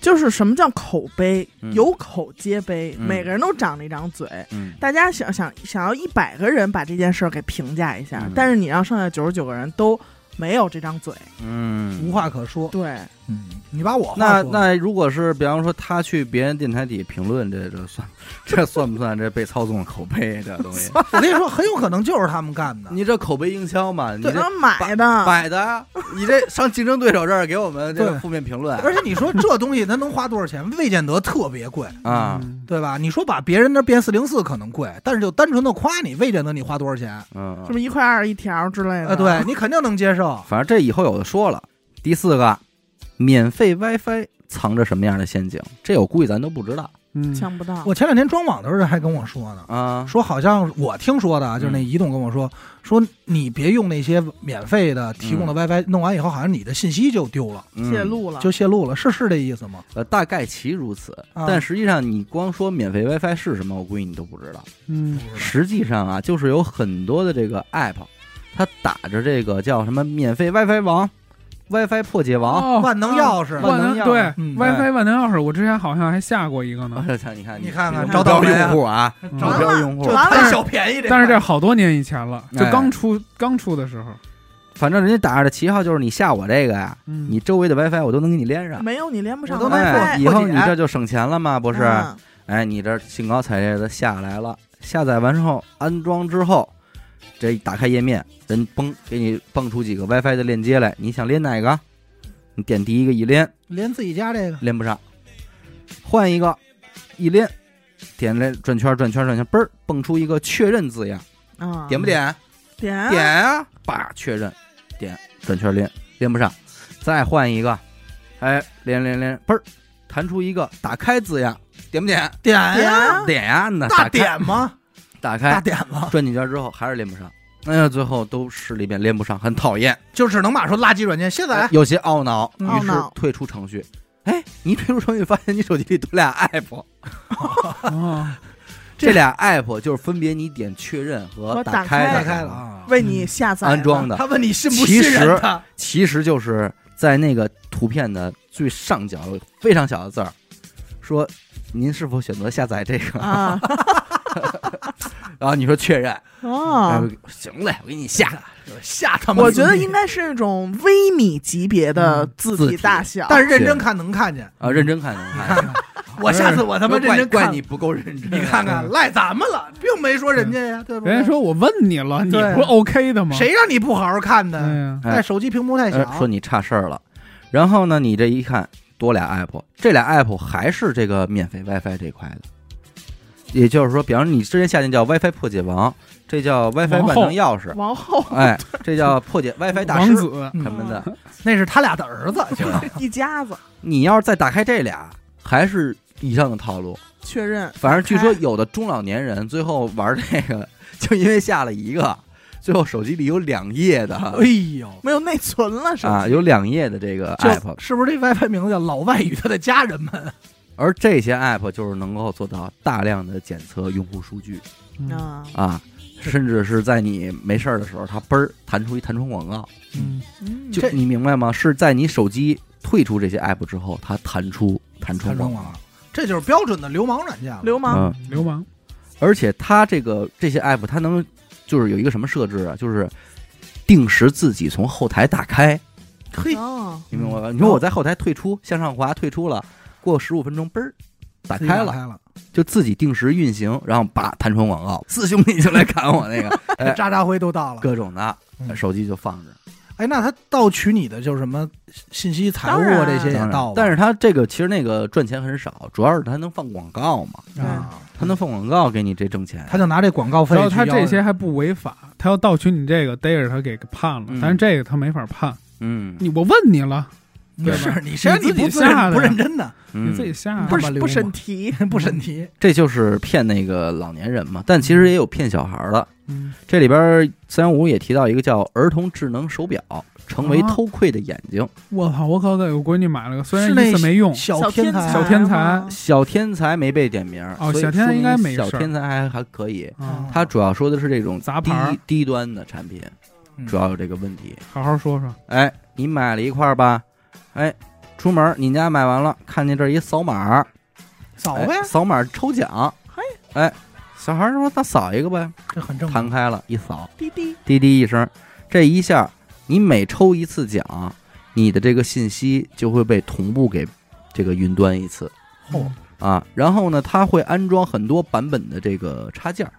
C: 就是什么叫口碑
A: 嗯，
C: 有口皆碑，
A: 嗯
C: 每个人都长了一张嘴。
A: 嗯，
C: 大家想想想要一百个人把这件事儿给评价一下，
A: 嗯
C: 但是你让剩下九十九个人都没有这张嘴，
A: 嗯
D: 无。话可说，
C: 对，
D: 嗯，你把我
A: 那
D: 话说
A: 那如果是比方说他去别人电台底评论，这这算这算不算这被操纵的口碑？这东西，
D: 我跟你说，很有可能就是他们干的。
A: 你这口碑营销嘛，你
C: 对，啊
A: 这
C: 能买的，
A: 摆的，啊你这上竞争对手这儿给我们这个
D: 对
A: 负面评论
D: 而且你说这东西它能花多少钱？未见得特别贵，
A: 啊，
B: 嗯
D: 对吧？你说把别人那变四零四可能贵，但是就单纯的夸你，未见得你花多少钱。
A: 嗯，
C: 什么一块二一条之
A: 哎
C: 类的，
A: 呃
D: 啊，对你肯定能接受。
A: 反正这以后有的说了。第四个，免费 WiFi 藏着什么样的陷阱？这我估计咱都不知道
B: 嗯，
C: 想不到，
D: 我前两天装网的时候还跟我说呢，
A: 啊。
D: 说好像我听说的
A: 嗯
D: 啊，就是那移动跟我说，说你别用那些免费的提供的 WiFi，弄完以后好像你的信息就丢了，
A: 嗯
C: 泄露了，
D: 就泄露了，是是这意思吗？
A: 呃，大概其如此。
D: 啊
A: 但实际上，你光说免费 WiFi 是什么，我估计你都不知道。
B: 嗯
A: 实际上啊，就是有很多的这个 app，它打着这个叫什么免费 WiFi 王、WiFi 破解王。
B: 哦，
D: 万能钥匙，
A: 啊万
B: 万
A: 能
B: 能
A: 钥匙
B: 对
D: 嗯
B: WiFI 万能钥匙，我之前好像还下过一个呢，
A: 我操、哎你看，
D: 你看看
A: 目
D: 找
A: 标
D: 倒霉
A: 用
D: 啊
A: 户啊，
B: 嗯
A: 目
C: 完
A: 标
C: 了
A: 用户
D: 就
C: 完了
D: 贪小便宜这块，
B: 但是这好多年以前了，就
A: 哎
B: 刚出刚出的时候，
A: 反正人家打着的旗号就是你下我这个呀、
B: 嗯
A: 你周围的 WiFi 我都能给你连上。
C: 没有你连不上
D: 我都能
A: 哎，
C: WiFi，嗯
A: 以
D: 破
A: 后
D: 解啊
A: 你这就省钱了嘛，不
C: 不
A: 是？哎，你这兴高采烈的下来了，下载完之后安装之后，这一打开页面，人嘣给你蹦出几个 WiFi 的链接来，你想连哪个？你点第一个一连
D: 连自己家这个
A: 连不上，换一个一连，点连转圈转圈转圈，嘣儿蹦出一个确认字样，
C: 啊，
A: 点不点？
C: 点
A: 点啊，叭确认，点转圈连连不上，再换一个，哎连连连，嘣儿弹出一个打开字样，点不点？
D: 点
C: 点
D: 呀，
C: 啊
A: 点呀、那打
D: 大
A: 开哎
D: 点吗？
A: 打
D: 大
A: 开
D: 点吗？
A: 转几圈之后还是连不上，哎呀，最后都试了一遍连不上，很讨厌。
D: 就只能骂说垃圾软件。现在
A: 有些懊恼，
D: 哎嗯
A: 于
C: 懊
A: 是
C: 恼
A: 退出程序。哎，你一退出程序，发现你手机里多俩 app，
B: 啊，
A: 这俩 app 就是分别你点确认和
C: 和
A: 打
C: 打
A: 开
C: 开
A: 的
D: 打开了啊，
C: 为你下载
A: 安装
C: 的，
A: 的，
D: 他问你信不信任他？
A: 其实就是在那个图片的最上角有非常小的字儿，说您是否选择下载这个？
C: 啊
A: 然后你说确认，
C: 哦
A: 哎，行嘞，我给你下。
D: 吓他妈！
C: 我觉得应该是那种微米级别的字
A: 嗯字体
C: 体大小，
D: 嗯但是认真看能看见。
A: 啊，认真看，认真看，
D: 我下次我他妈认
A: 怪
D: 真
A: 怪
D: 看
A: 你，不够认真。啊
D: 你看看赖咱们了，并没说人家呀，对不对？
B: 人家说我问你了，你
D: 对
B: 不是 OK 的吗？？
D: 谁让你不好好看
B: 对
D: 的？
B: 呀，
D: 但手机屏幕太
A: 呃
D: 小，
A: 说你差事儿了。然后呢，你这一看多俩 app，这俩 app 还是这个免费 WiFi 这一块的，也就是说，比方说你之前下那叫 WiFi 破解王，这叫 WiFi
B: 王
A: 万
B: 后
A: 能钥 匙，
C: 王 后
A: 哎，这叫破解 WiFi 大
B: 王
A: 师
B: 子，
A: 什么的。
D: 那是他俩的儿子，就是
C: 一家子
A: 你要是再打开这俩，还是以上的套路。
C: 确认
A: 反正据
C: 打
A: 说
C: 开
A: 有的中老年人最后玩这个， 就因为下了一个，最后手机里有两页的
D: 哎呦，
C: 没有内存了是吧
A: 啊，？有两页的这个 app，
D: 就是不是这 WiFi 名字叫老外与他的家人们？
A: 而这些 app 就是能够做到大量的检测用户数据
B: 嗯
C: 啊，
A: 啊，甚至是在你没事儿的时候，它嘣儿弹出一弹窗广告，
B: 嗯，
C: 嗯
A: 就
D: 这
A: 你明白吗？是在你手机退出这些 app 之后，它弹出弹窗
D: 传
A: 广告，
D: 啊，这就是标准的流氓软件了。
C: 流氓
A: 嗯，
B: 流氓，
A: 而且它这个这些 app 它能就是有一个什么设置啊，就是定时自己从后台打开，
D: 嘿，
C: 哦，
A: 你明白吧？你说我在后台退出，向上滑退出了，过十五分钟嘣儿打
D: 自己
A: 开了。
D: 开了，
A: 就自己定时运行，然后把弹窗广告， 四兄弟就来砍我那 个，哎，
D: 渣渣灰都到了。
A: 各种的呃
D: 嗯
A: 手机就放着。
D: 哎，那他盗取你的就是什么信息、财务
C: 当
D: 啊
C: 然
D: 这些也
A: 当然
D: 盗吧，
A: 但是他这个其实那个赚钱很少，主要是他能放广告嘛，
D: 啊，
A: 他能放广告给你这挣钱。
D: 他就拿这广告费
B: 然后
D: 去
B: 他
D: 要
B: 这些还不违法，他要盗取你这个，逮着他给判了
A: 嗯，
B: 但是这个他没法判。
A: 嗯，
B: 你我问你了，对吧
D: 是你谁让你
B: 你自己
D: 不自认
B: 下的呀
D: 不认真呢？
A: 嗯
B: 你自己下
C: 不
B: 吧。
D: 他妈
C: 是
D: 流
C: 不
D: 氓
C: 审题，
D: 不审题，
A: 这就是骗那个老年人嘛，但其实也有骗小孩儿的。
B: 嗯
A: 这里边三五也提到一个叫儿童智能手表，成
B: 啊
A: 为偷窥的眼睛。
B: 我操，我可给我闺女买了个，虽然
D: 是那
B: 一次没用，
D: 小天才，
B: 嗯小天才
C: 吗
A: 小天才没被点名，
B: 哦
A: 所以
B: 小天
A: 说
B: 才
A: 明
B: 应该没
A: 小
B: 事儿
A: 天才还还可以。
B: 啊，
A: 他主要说的是这种
B: 杂
A: 低
B: 牌儿
A: 低端的产品，
D: 嗯
A: 主要有这个问题。
B: 好好说说。
A: 哎，你买了一块儿吧，哎，出门儿你家买完了，看见这儿一扫码儿，
D: 扫
A: 哎
D: 呗，
A: 扫码儿抽奖，
C: 嘿，
A: 哎，小孩儿说那扫一个呗，
D: 这很正
A: 弹
D: 常。
A: 开了，一扫，
C: 滴滴
A: 滴滴一声，这一下你每抽一次奖，你的这个信息就会被同步给这个云端一次
D: 哦
A: 啊，然后呢，它会安装很多版本的这个插件儿，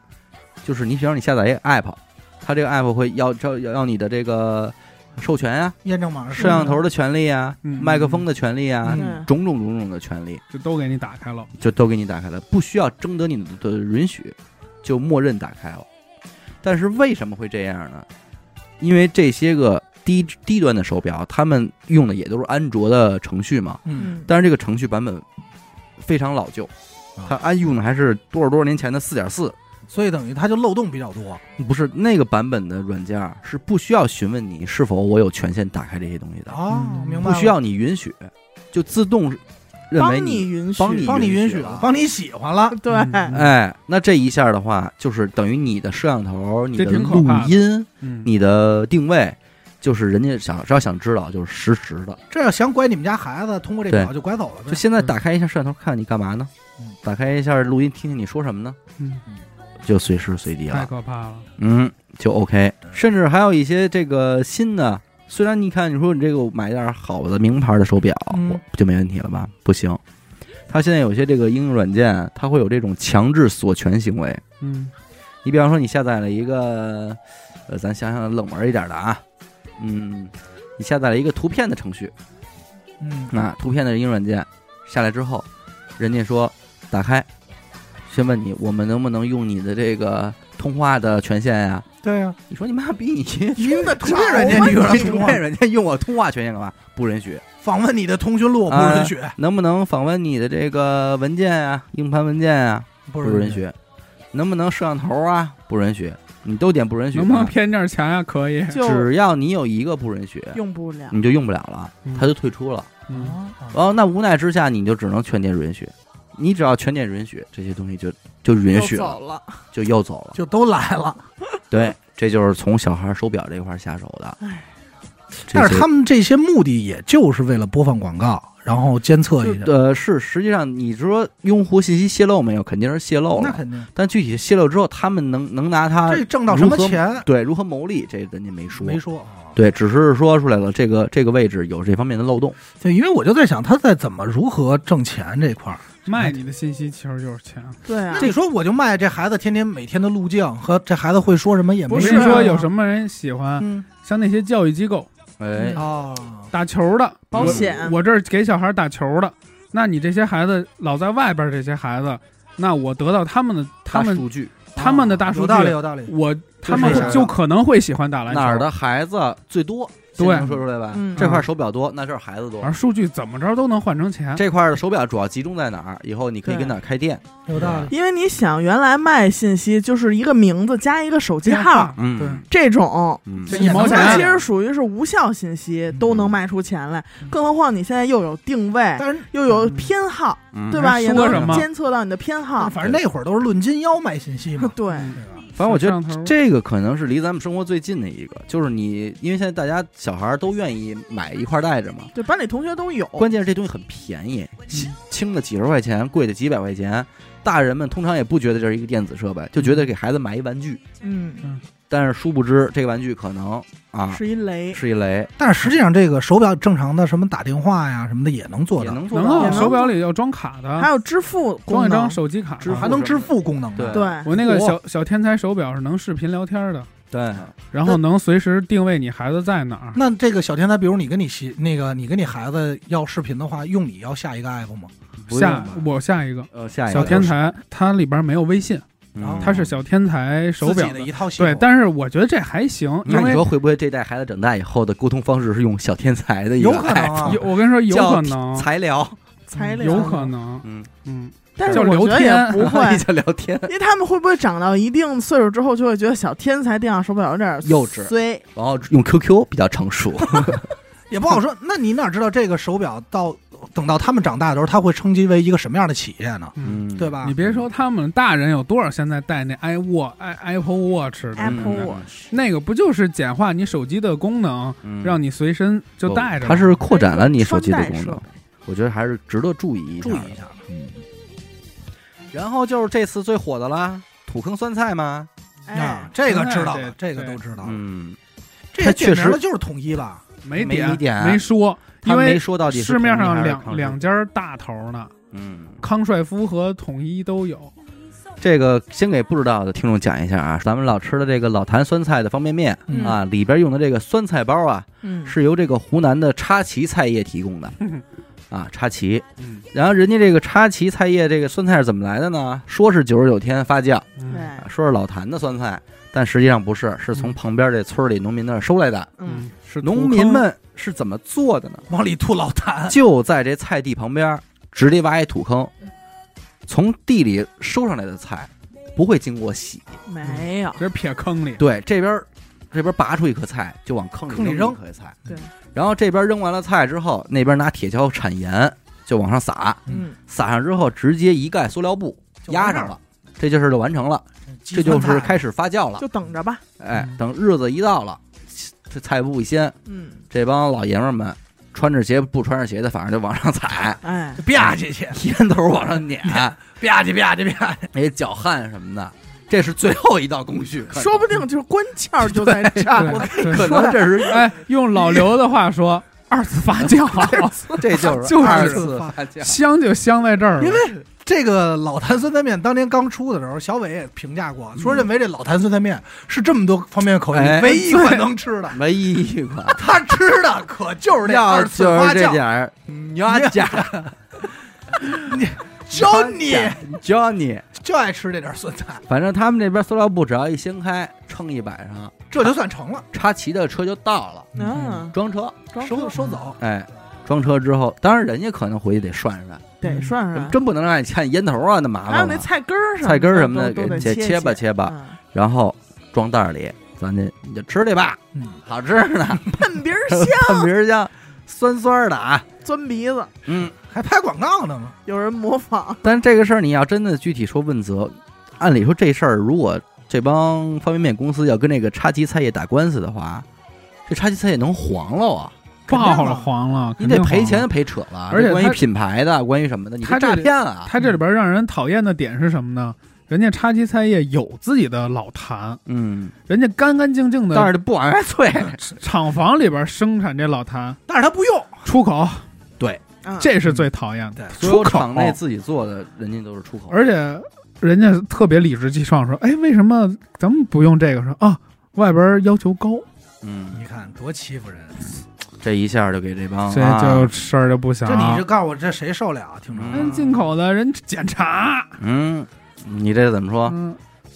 A: 就是你比方你下载一个 app，它这个 app 会要要要你的这个授权呀、
D: 验证码是
A: 摄像头的权利啊，
B: 嗯
A: 麦克风的权利啊，
D: 嗯
A: 种种种种的权利，
B: 就都给你打开了。
A: 就都给你打开了，不需要征得你的允许，就默认打开了。但是为什么会这样呢？因为这些个低低端的手表，他们用的也都是安卓的程序嘛，
D: 嗯，
A: 但是这个程序版本非常老旧
D: 啊，
A: 它安用的还是多少多少年前的四点四，
D: 所以等于它就漏洞比较多。
A: 不是那个版本的软件儿啊是不需要询问你是否我有权限打开这些东西的，
D: 哦，
B: 嗯
D: 明白
A: 不
D: 了，
A: 需要你允许，就自动认为
C: 帮你允许，
A: 帮你
D: 帮你允
A: 允啊
D: 许
A: 了
D: 帮你喜欢了，
C: 对，
B: 嗯
A: 哎，那这一下的话，就是等于你的摄像头、你的
B: 这挺
A: 录
B: 可怕的
A: 音、
B: 嗯，
A: 你的定位，就是人家想只要想知道，就是实时的。
D: 这要想拐你们家孩子，通过这表就拐走了呗
A: 就。现在
B: 嗯
A: 打开一下摄像头，看你干嘛呢
D: 嗯？
A: 打开一下录音，听听你说什么呢？
B: 嗯，哎
A: 就随时随地
B: 太
A: 了，
B: 可怕了。
A: 嗯，就 OK。甚至还有一些这个新的，虽然你看你说你这个我买点儿好的名牌的手表，
D: 嗯
A: 我就没问题了吧？不行，它现在有些这个应用软件，它会有这种强制锁权行为。
B: 嗯，
A: 你比方说你下载了一个，呃，咱想想冷门一点的啊，嗯，你下载了一个图片的程序，
D: 嗯
A: 那图片的应用软件下来之后，人家说打开，先问你我们能不能用你的这个通话的权限呀、
D: 对啊呀，
A: 你说你妈逼你
D: 用的图
A: 图
D: 片
A: 片
D: 软
A: 软
D: 件
A: 件
D: 你
A: 你 用
D: 有人
A: 图片软件用我通话权限干嘛？不允许。
D: 访问你的通讯录不
A: 啊
D: 允许，
A: 能不能访问你的这个文件啊，硬盘文件啊？
D: 不
A: 不允。许。能不能摄像头啊？不允许。你都点不允许啊的，
B: 能不能偏点墙呀？可以，
C: 就嗯
A: 只要你有一个不允许，
C: 用不了。
A: 你就用不了了，他就退出了。
B: 嗯
D: 啊啊
A: 然后那无奈之下，你就只能全点允许。你只要全点允许，这些东西就就允许
C: 又
A: 了，
C: 走了，
A: 就又走了。
D: 就都来了，
A: 对，这就是从小孩手表这块下手的。这
D: 但是
A: 些
D: 他们这些目的也就是为了播放广告，然后监测一下
A: 就。呃是，实际上你说用户信息泄露没有？肯定是泄露
D: 那
A: 了。
D: 肯定，
A: 但具体泄露之后，他们能能拿它
D: 这挣到什么
A: 如何
D: 钱
A: 对如何牟利，这人家没说。
D: 没说啊？
A: 对，只是说出来了，这个这个位置有这方面的漏洞。
D: 对，因为我就在想他在怎么如何挣钱这块儿。
B: 卖你的信息其实就是钱。
C: 对啊，
D: 这说我就卖这孩子天天每天的路径和这孩子会说什么也没
B: 我
D: 事
B: 跟
D: 儿
B: 你
D: 啊
B: 说，有什么人喜欢？
C: 嗯，
B: 像那些教育机构
A: 哎，
D: 哦，
B: 打球的，
A: 嗯
C: 保险
B: 我我这儿给小孩打球的，那你这些孩子老在外边儿，这些孩子，那我得到他们的他
A: 大
B: 们
A: 数据
B: 他们的大数
D: 有道理
B: 据，嗯
D: 有道理。
B: 我他
A: 是
D: 这样
B: 们就可能会喜欢打篮球。
A: 哪儿的孩子最多，先
B: 对
A: 能说出来吧
C: 嗯。
A: 这块手表多，那这儿孩子多
B: 而。数据怎么着都能换成钱。
A: 这块的手表主要集中在哪儿？以后你可以
C: 对
A: 跟哪儿开店？
D: 有道理。
C: 因为你想，原来卖信息就是一个名字加一个手机号，
B: 对，
A: 嗯，
C: 这种。
A: 嗯
D: 这
B: 一毛钱
C: 它其实属于是无效信息，都能卖出钱来，更何况你现在又有定位，
D: 但是
C: 又有偏好，
A: 嗯
C: 对吧？
B: 嗯
C: 也
B: 说什
C: 能
B: 么
C: 监测到你的偏好。。
D: 反正那会儿都是论斤腰卖信息嘛
C: 对，
B: 嗯
D: 对吧
A: 反正我觉
B: 摄像头
A: 得这个可能是离咱们生活最近的一个，就是你，因为现在大家小孩都愿意买一块带着嘛。
C: 对，班里同学都有。
B: 哦
A: 关键是这东西很便宜，
B: 嗯
A: 轻轻的几十块钱，贵的几百块钱。大人们通常也不觉得这是一个电子设备，就
B: 嗯
A: 觉得给孩子买一玩具。
C: 嗯，
A: 但是殊不知，这个玩具可能啊
C: 是一雷，
A: 是一雷，
D: 但是实际上，这个手表正常的什么打电话呀什么的也能做
A: 也
D: 到，
A: 能做
B: 能
A: 到
B: 啊，
A: 啊。
C: 能
B: 手表里要装卡
C: 还
B: 的，
C: 有支付
B: 装
C: 功
B: 一张
C: 能。
B: 手机卡
A: 支。付
D: 啊还能支付功能的。
A: 对
C: 对，
B: 我那个
D: 哇
B: 小小天才手表是能视频聊天的，
A: 对，
B: 然后能随时定位你孩子在哪儿。
D: 那这个小天才，比如你跟你媳那个你跟你孩子要视频的话，用你要下一个 app 吗？
A: 不
B: 下
A: 用吧
B: 我下一个
A: 呃下一个
B: 小天，才，它里边没有微信，
A: 嗯
B: 它是小天才手
D: 自
B: 表
D: 己的一套系统。
B: 对，但是我觉得这还行，因
A: 那你
B: 为
A: 说会不会这代孩子长大以后的沟通方式是用小天才的一个
D: 有可能啊
A: app？
B: 有我跟你说有
A: 叫
B: 可能，
A: 才聊，
C: 材料
B: 有可能，
A: 嗯，
B: 嗯，
C: 但是
B: 叫
C: 我
B: 聊
C: 觉得也
B: 天
C: 不会
A: 一，叫聊天
C: 因为他们会不会长到一定岁数之后，就会觉得小天才电脑手表有点
A: 幼稚
C: 虽
A: 然后用 QQ 比较成熟，
D: 也不好说。那你哪知道这个手表到等到他们长大的时候，它会升级为一个什么样的企业呢？
B: 嗯，
D: 对？吧
A: 啊
B: 你？别说他们大人有多少现在戴那 i watch i apple watch 的，
C: Apple
A: 嗯
C: Watch，
B: 那个不就是简化你手机的功能，
A: 嗯
B: 让你随身就带着
A: 它
B: 吗？
A: 哦是扩展了你手机的
C: 穿戴
A: 功
C: 设
A: 能
C: 备，
A: 我觉得还是值得注意一下
D: 注
A: 的。
D: 意一下。
A: 嗯。然后就是这次最火的啦，土坑酸菜嘛，
C: 哎
D: 啊，，这个知道
B: 哎
D: 了，
B: 对
D: 这个都知道了。
A: 嗯，
D: 这
A: 它
D: 个
A: 确
D: 简明
A: 实
D: 了就是统一吧？
B: 没
A: 没没点
B: 没说，
A: 他
B: 因
A: 没
B: 为
A: 说到底是
B: 市面
A: 统一还
B: 上
A: 是
B: 两
A: 康师
B: 两家大头呢，
A: 嗯，
B: 康帅夫和统一都有。
A: 这个先给不知道的听众讲一下啊，咱们老吃的这个老坛酸菜的方便面
C: 嗯
A: 啊，里边用的这个酸菜包啊，
C: 嗯，
A: 是由这个湖南的插旗菜业提供的
B: 嗯
A: 啊，插旗。
B: 嗯，
A: 然后人家这个插旗菜业这个酸菜是怎么来的呢？说是九十九天发酵，啊
B: 嗯
C: 对，
A: 说是老坛的酸菜，但实际上不是，是从旁边这村里农民那儿收来的。
C: 嗯，，
B: 是
A: 农民们是怎么做的呢？
D: 往里吐老痰，
A: 就在这菜地旁边，直接挖一土坑，从地里收上来的菜，不会经过洗。
C: 没有
B: 土坑，，这撇 坑里，
A: 对，这边儿这边儿拔出一颗菜，就往坑
D: 坑里
A: 里
D: 扔
A: 一颗菜。
C: 对，
A: 然后这边扔完了菜之后，那边拿铁锹铲盐，就往上撒，
C: 嗯，
A: 撒上之后直接一盖塑料布
D: 就完
A: 压
D: 事儿
A: 上了，这件事就完成了，这就是开始发酵了。
C: 就等着吧，
A: 哎
B: 嗯，
A: 等日子一到了，这菜布一掀，
C: 嗯，
A: 这帮老爷们儿们穿着鞋不穿着鞋的，反正就往上踩，
C: 哎，
D: 吧唧去，
A: 烟头往上撵，
D: 吧唧吧唧吧唧。
A: 哎，脚汗什么的，这是最后一道工序，可能
C: 说不定就是关窍儿就在这儿，我
B: 对，
A: 可
B: 对
A: 能这是
B: 哎，用老刘的话说， 二次发酵，
A: 这就是
B: 就是
A: 二次发酵。
B: 香就香在这儿了，
D: 因为这个老坛酸菜面当年刚出的时候，小伟也评价过，说认为这老坛酸菜面是这么多方面口味
A: 哎
D: 里唯一一款能吃的。
A: 唯一一款。
D: 他吃的可 就是这
A: 要
D: 二
A: 就
D: 次花
A: 是这
D: 酱，
A: 点儿，你要 加
D: 教你
A: 教你，
D: 就爱吃这点酸菜，
A: 反正他们这边塑料布只要一掀开，称一摆上，
D: 这就算成了。
A: 插旗的车就到了，
B: 啊
C: 嗯，
A: 装车，
C: 装
D: 收
C: 车
D: 收走，
A: 哎，装车之后，当然人家可能回去得涮涮，
C: 得涮涮，
A: 真不能让你看烟头啊，那麻
C: 啊还
A: 烦
C: 有那
A: 了。
C: 菜根儿什么的
A: 菜根儿什么的
C: 都
A: 给
C: 都得
A: 切
C: 切
A: 吧切吧，
C: 嗯
A: 然后装袋儿里，咱这你就吃去吧，
D: 嗯，
A: 好吃呢，
C: 喷 鼻儿香，
A: 看名儿香，酸酸的啊，
C: 钻鼻子，
A: 嗯。
D: 还拍广告呢吗？
C: 有人模仿，
A: 但这个事儿你要真的具体说问责，按理说这事儿如果这帮方便面公司要跟那个叉旗菜业打官司的话，这叉旗菜业能黄了啊！
B: 爆了黄了，
A: 你得
B: 肯定
A: 赔
B: 黄
A: 钱
B: 了。
A: 赔扯了，啊
B: 而且
A: 这关于
B: 他
A: 品牌的，啊关于什么的，你这
B: 他这
A: 诈
B: 里
A: 骗啊！
B: 他这里边让人讨厌的点是什么呢？人家叉七菜业有自己的老坛，
A: 嗯，
B: 人家干干净净
A: 但
B: 的
A: 是不往外退，
B: 厂房里边生产这老坛，
D: 但是他不用，
B: 出口
C: 嗯
B: 这是最讨厌的。
A: 所
B: 出
A: 有
B: 口
A: 厂内自己做的，人家都是出口。
B: 而且人家特别理直气壮说：“哎，为什么咱们不用这个？”说啊，外边要求高，
A: 嗯，
D: 你看多欺负人。
A: 这一下就给这帮
B: 这就
A: 啊
B: 事儿就不小
D: 这你就告诉我，这谁受了啊？听着啊，
B: 人进口的人检查，
A: 嗯，你这怎么说？
B: 嗯，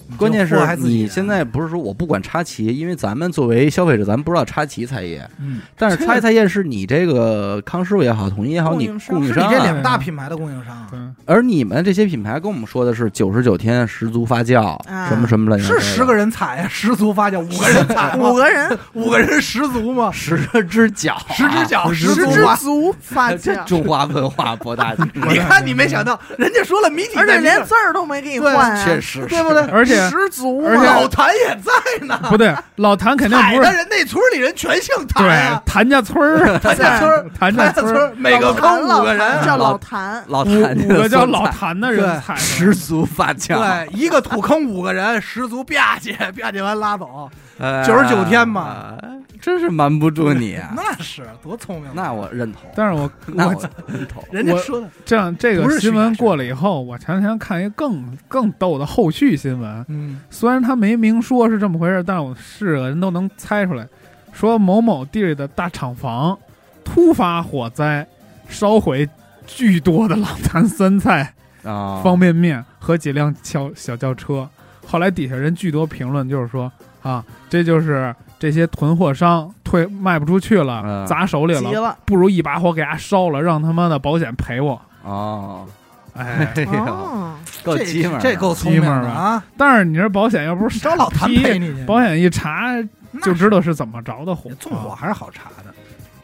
D: 你
A: 关键
D: 这
A: 是
D: 祸害
B: 啊
D: 自己
A: 你
D: 人
A: 现在不是说我不管插旗，因为咱们作为消费者，咱们不知道插旗菜业，
D: 嗯，
A: 但是猜猜夜市，你这个康师傅也好，统一也好，
C: 供
A: 你
C: 应商
A: 供
D: 是
A: 应
D: 你
A: 商、
D: 这
A: 啊，
D: 两大品牌的供应商啊，
B: 对，
A: 而你们这些品牌跟我们说的是九十九天十足发酵，
C: 啊
A: 什么什么乱七八糟
D: 是
A: 的，
D: 十个人踩呀，十足发酵，五个人踩
C: 五
D: 吗？
C: 个人
D: 五个人十足吗？
A: 十只脚啊、
D: 十只脚
A: 十
D: 十
C: 十
A: 足
D: 足
C: 只
A: 啊
D: 啊
C: 足发酵，
A: 中华文化博大精深，
D: 你看，你没想到，人家说了谜底在
C: 而且
D: 这儿，
C: 连字儿都没给你换啊，
A: 确实
C: 对不对？
B: 而且
C: 十足嘛，
B: 而且
D: 老谭也在呢，
B: 不对，老谭 肯定
D: 踩
B: 不
D: 的
B: 是
D: 人那村里人全姓谭
B: 对
D: 呀，
B: 谭家村儿，
D: 谭家村儿，
B: 谭家
D: 家
B: 村
D: 村
B: 儿
D: 儿，每个
C: 老
D: 坑
C: 谭
D: 五个人，
C: 叫
A: 老
C: 老谭，
A: 老谭
B: 五五个叫老
A: 谭
B: 谭的人
D: 对
B: 踩的
A: 十足发酵，
D: 对，一个土坑五个人，十足吧唧吧唧完拉走，
A: 呃
D: 99天嘛，
A: 真是瞒不住你啊！
D: 那是多聪明。啊
A: 那我认同，
B: 但是我
A: 那
B: 我
A: 我认同。
D: 人家
B: 我
D: 说的，
B: 这样这
D: 不
B: 个
D: 是
B: 新
D: 虚假
B: 闻
D: 事
B: 过了以后，我前两天看一个更更逗的后续新闻，
D: 嗯，
B: 虽然他没明说是这么回事，但我是个人都能猜出来，说某某地儿的大厂房突发火灾，烧毁巨多的老坛酸菜。
A: 啊，
B: 方便面和几辆小小轿车。后来底下人巨多评论，就是说啊，这就是这些囤货商退卖不出去了，
A: 嗯
B: 砸手里
C: 急
B: 了，
C: 了，
B: 不如一把火给它烧了，让他妈的保险赔我。
A: 哦，
B: 哎，
A: 哎呦，
C: 哦，
A: 够
D: 这
A: 机门儿啊，
D: 这够聪明的啊！
B: 但是你这保险要不是
D: 找老谭陪你去，
B: 保险一查
D: 那
B: 就知道啊是怎么着的火
D: 是。纵火还是好查的。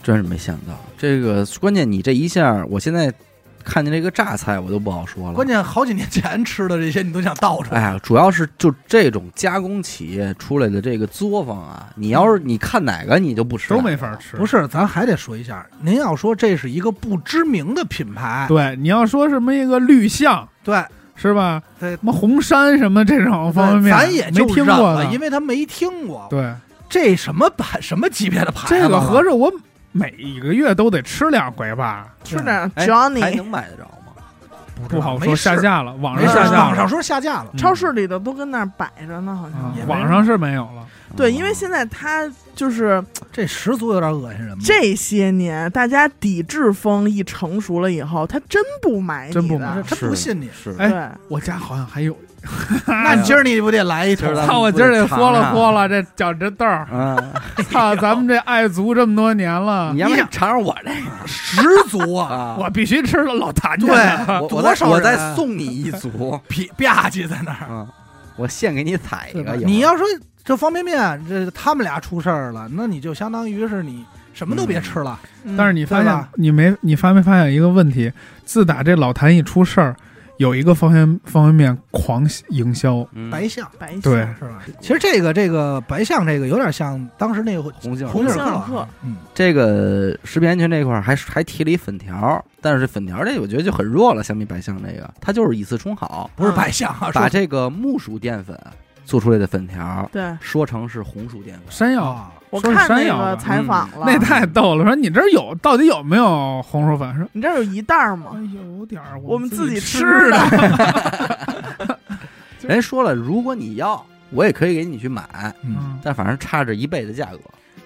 A: 真是没想到，这个关键你这一下，我现在看见这个榨菜，我都不好说了。
D: 关，键好几年前吃的这些，你都想倒出
A: 哎
D: 来。
A: 呀，主要是就这种加工企业出来的这个作坊啊，你要是你看哪个你就不吃，
B: 都没法。吃。
D: 不
B: 是，
D: 是，咱还得说一下，您要说这是一个不知名的品牌，
B: 对，你要说什么一个绿象
D: 对
B: 是吧？
D: 对
B: 什么红山什么这种方便面，
D: 咱也
B: 没
D: 就
B: 听
D: 忍
B: 过
D: 了，
B: 的
D: 因为他没听过。
B: 对。
D: 这什么牌、什么级别的牌子
B: 这
D: 了？
B: 个合着我每一个月都得吃两回吧？
C: 吃
D: 对
C: 点
A: 哎
C: Johnny，
A: 还能买得着吗？
B: 不好说，
D: 没事
B: 下架了，网
D: 没
B: 上
D: 事
B: 下
C: 儿
B: 架了，
D: 网上说下架了，
A: 嗯
C: 超市里的都跟那儿摆着呢，好像
B: 啊
D: 也没人
B: 网上是没有了。
C: 对，因为
A: 在
C: 现在它就是
D: 这十足有点恶心人吧？
C: 这些年大家抵制风一成熟了以后，他真不买你的，
B: 真不买
D: 他不信你，
A: 是，
B: 哎
C: 对，
B: 我家好像还有，
D: 那你今儿你不得来一
A: 今
D: 头
A: 儿？咱们
B: 操！我今儿得豁了豁了，这脚趾豆儿，
A: 嗯，
D: 哎
B: 操！咱们这爱足这么多年了
A: 你，要不然尝尝我这
D: 十足
A: 个
D: 啊，
A: 啊，
B: 我必须吃了老坛家的。
A: 我我
D: 多
A: 再
D: 少
A: 我
D: 人啊
A: 再送你一组，
D: 皮吧 唧在那儿。
A: 嗯，我现给你采一
B: 对吧
A: 个，一会儿
D: 你要说这方便面，这他们俩出事儿了，那你就相当于是你什么都别吃了。
C: 嗯
B: 但是你发
D: 对
B: 现
D: 吧
B: 你没你发没发现一个问题？自打这老坛一出事儿，有一个方便方便面狂营销，
A: 嗯
D: 白象
C: 白相
B: 对
D: 是吧？其实这个这个白象这个有点像当时那个
A: 红杏儿
D: 红杏
C: 杏儿
D: 客
C: 客，
D: 嗯，
A: 这个食品安全这一块儿还还提了一粉条，但是粉条这我觉得就很弱了，相比白象这个，它就是以次充好，
D: 不是白象啊，
A: 把
D: 说
A: 这个木薯淀粉做出来的粉条
C: 对
A: 说成是红薯淀粉，
B: 山药
D: 啊，
C: 我
B: 说是
C: 看
B: 山
C: 那
B: 药
C: 个
B: 吧
C: 采访了，
B: 那太逗了，说你这儿有到底有没有红薯粉？说
C: 你这儿有一袋儿
B: 哎
C: 吗？
B: 有点儿，
C: 我们自己
B: 吃
C: 吃的。
A: 人家说了，如果你要，我也可以给你去买，
D: 嗯，
B: 嗯，
A: 但反正差着一倍的价格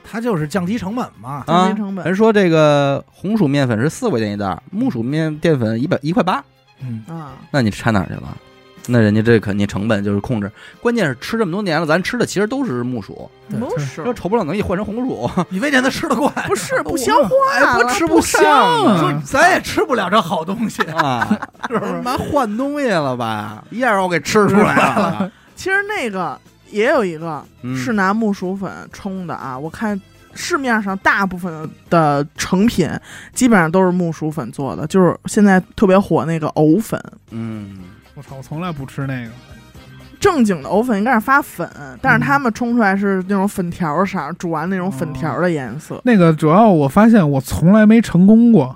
D: 它就是降低成本嘛。
C: 降
A: 啊
C: 低成。本
A: 人说这个红薯面粉是四块钱一袋儿，木薯面淀粉一百一块八，
D: 嗯，
C: 啊，
A: 那你差哪儿去了？那人家这肯定成本就是控制，关键是吃这么多年了，咱吃的其实都是木薯，
D: 对
C: 都
B: 对
C: 是
A: 说愁不冷能一换成红薯，
D: 你为啥它吃得惯？
C: 不 是不消
D: 哎
C: 化
D: 不
C: 了，
D: 吃不
B: 香啊
D: 说咱也吃不了这好东西，
A: 啊，
D: 是不
A: 他
D: 是？
A: 妈换东西了吧？一下让我给吃出来了。
C: 其实那个也有一个
A: 嗯
C: 是拿木薯粉冲的啊，我看。市面上大部分的成品基本上都是木薯粉做的，就是现在特别火那个藕粉。
A: 嗯，
B: 我操，我从来不吃那个。
C: 正经的藕粉应该是发粉，但是他们冲出来是那种粉条色，煮完那种粉条的颜色。
B: 那个主要我发现我从来没成功过，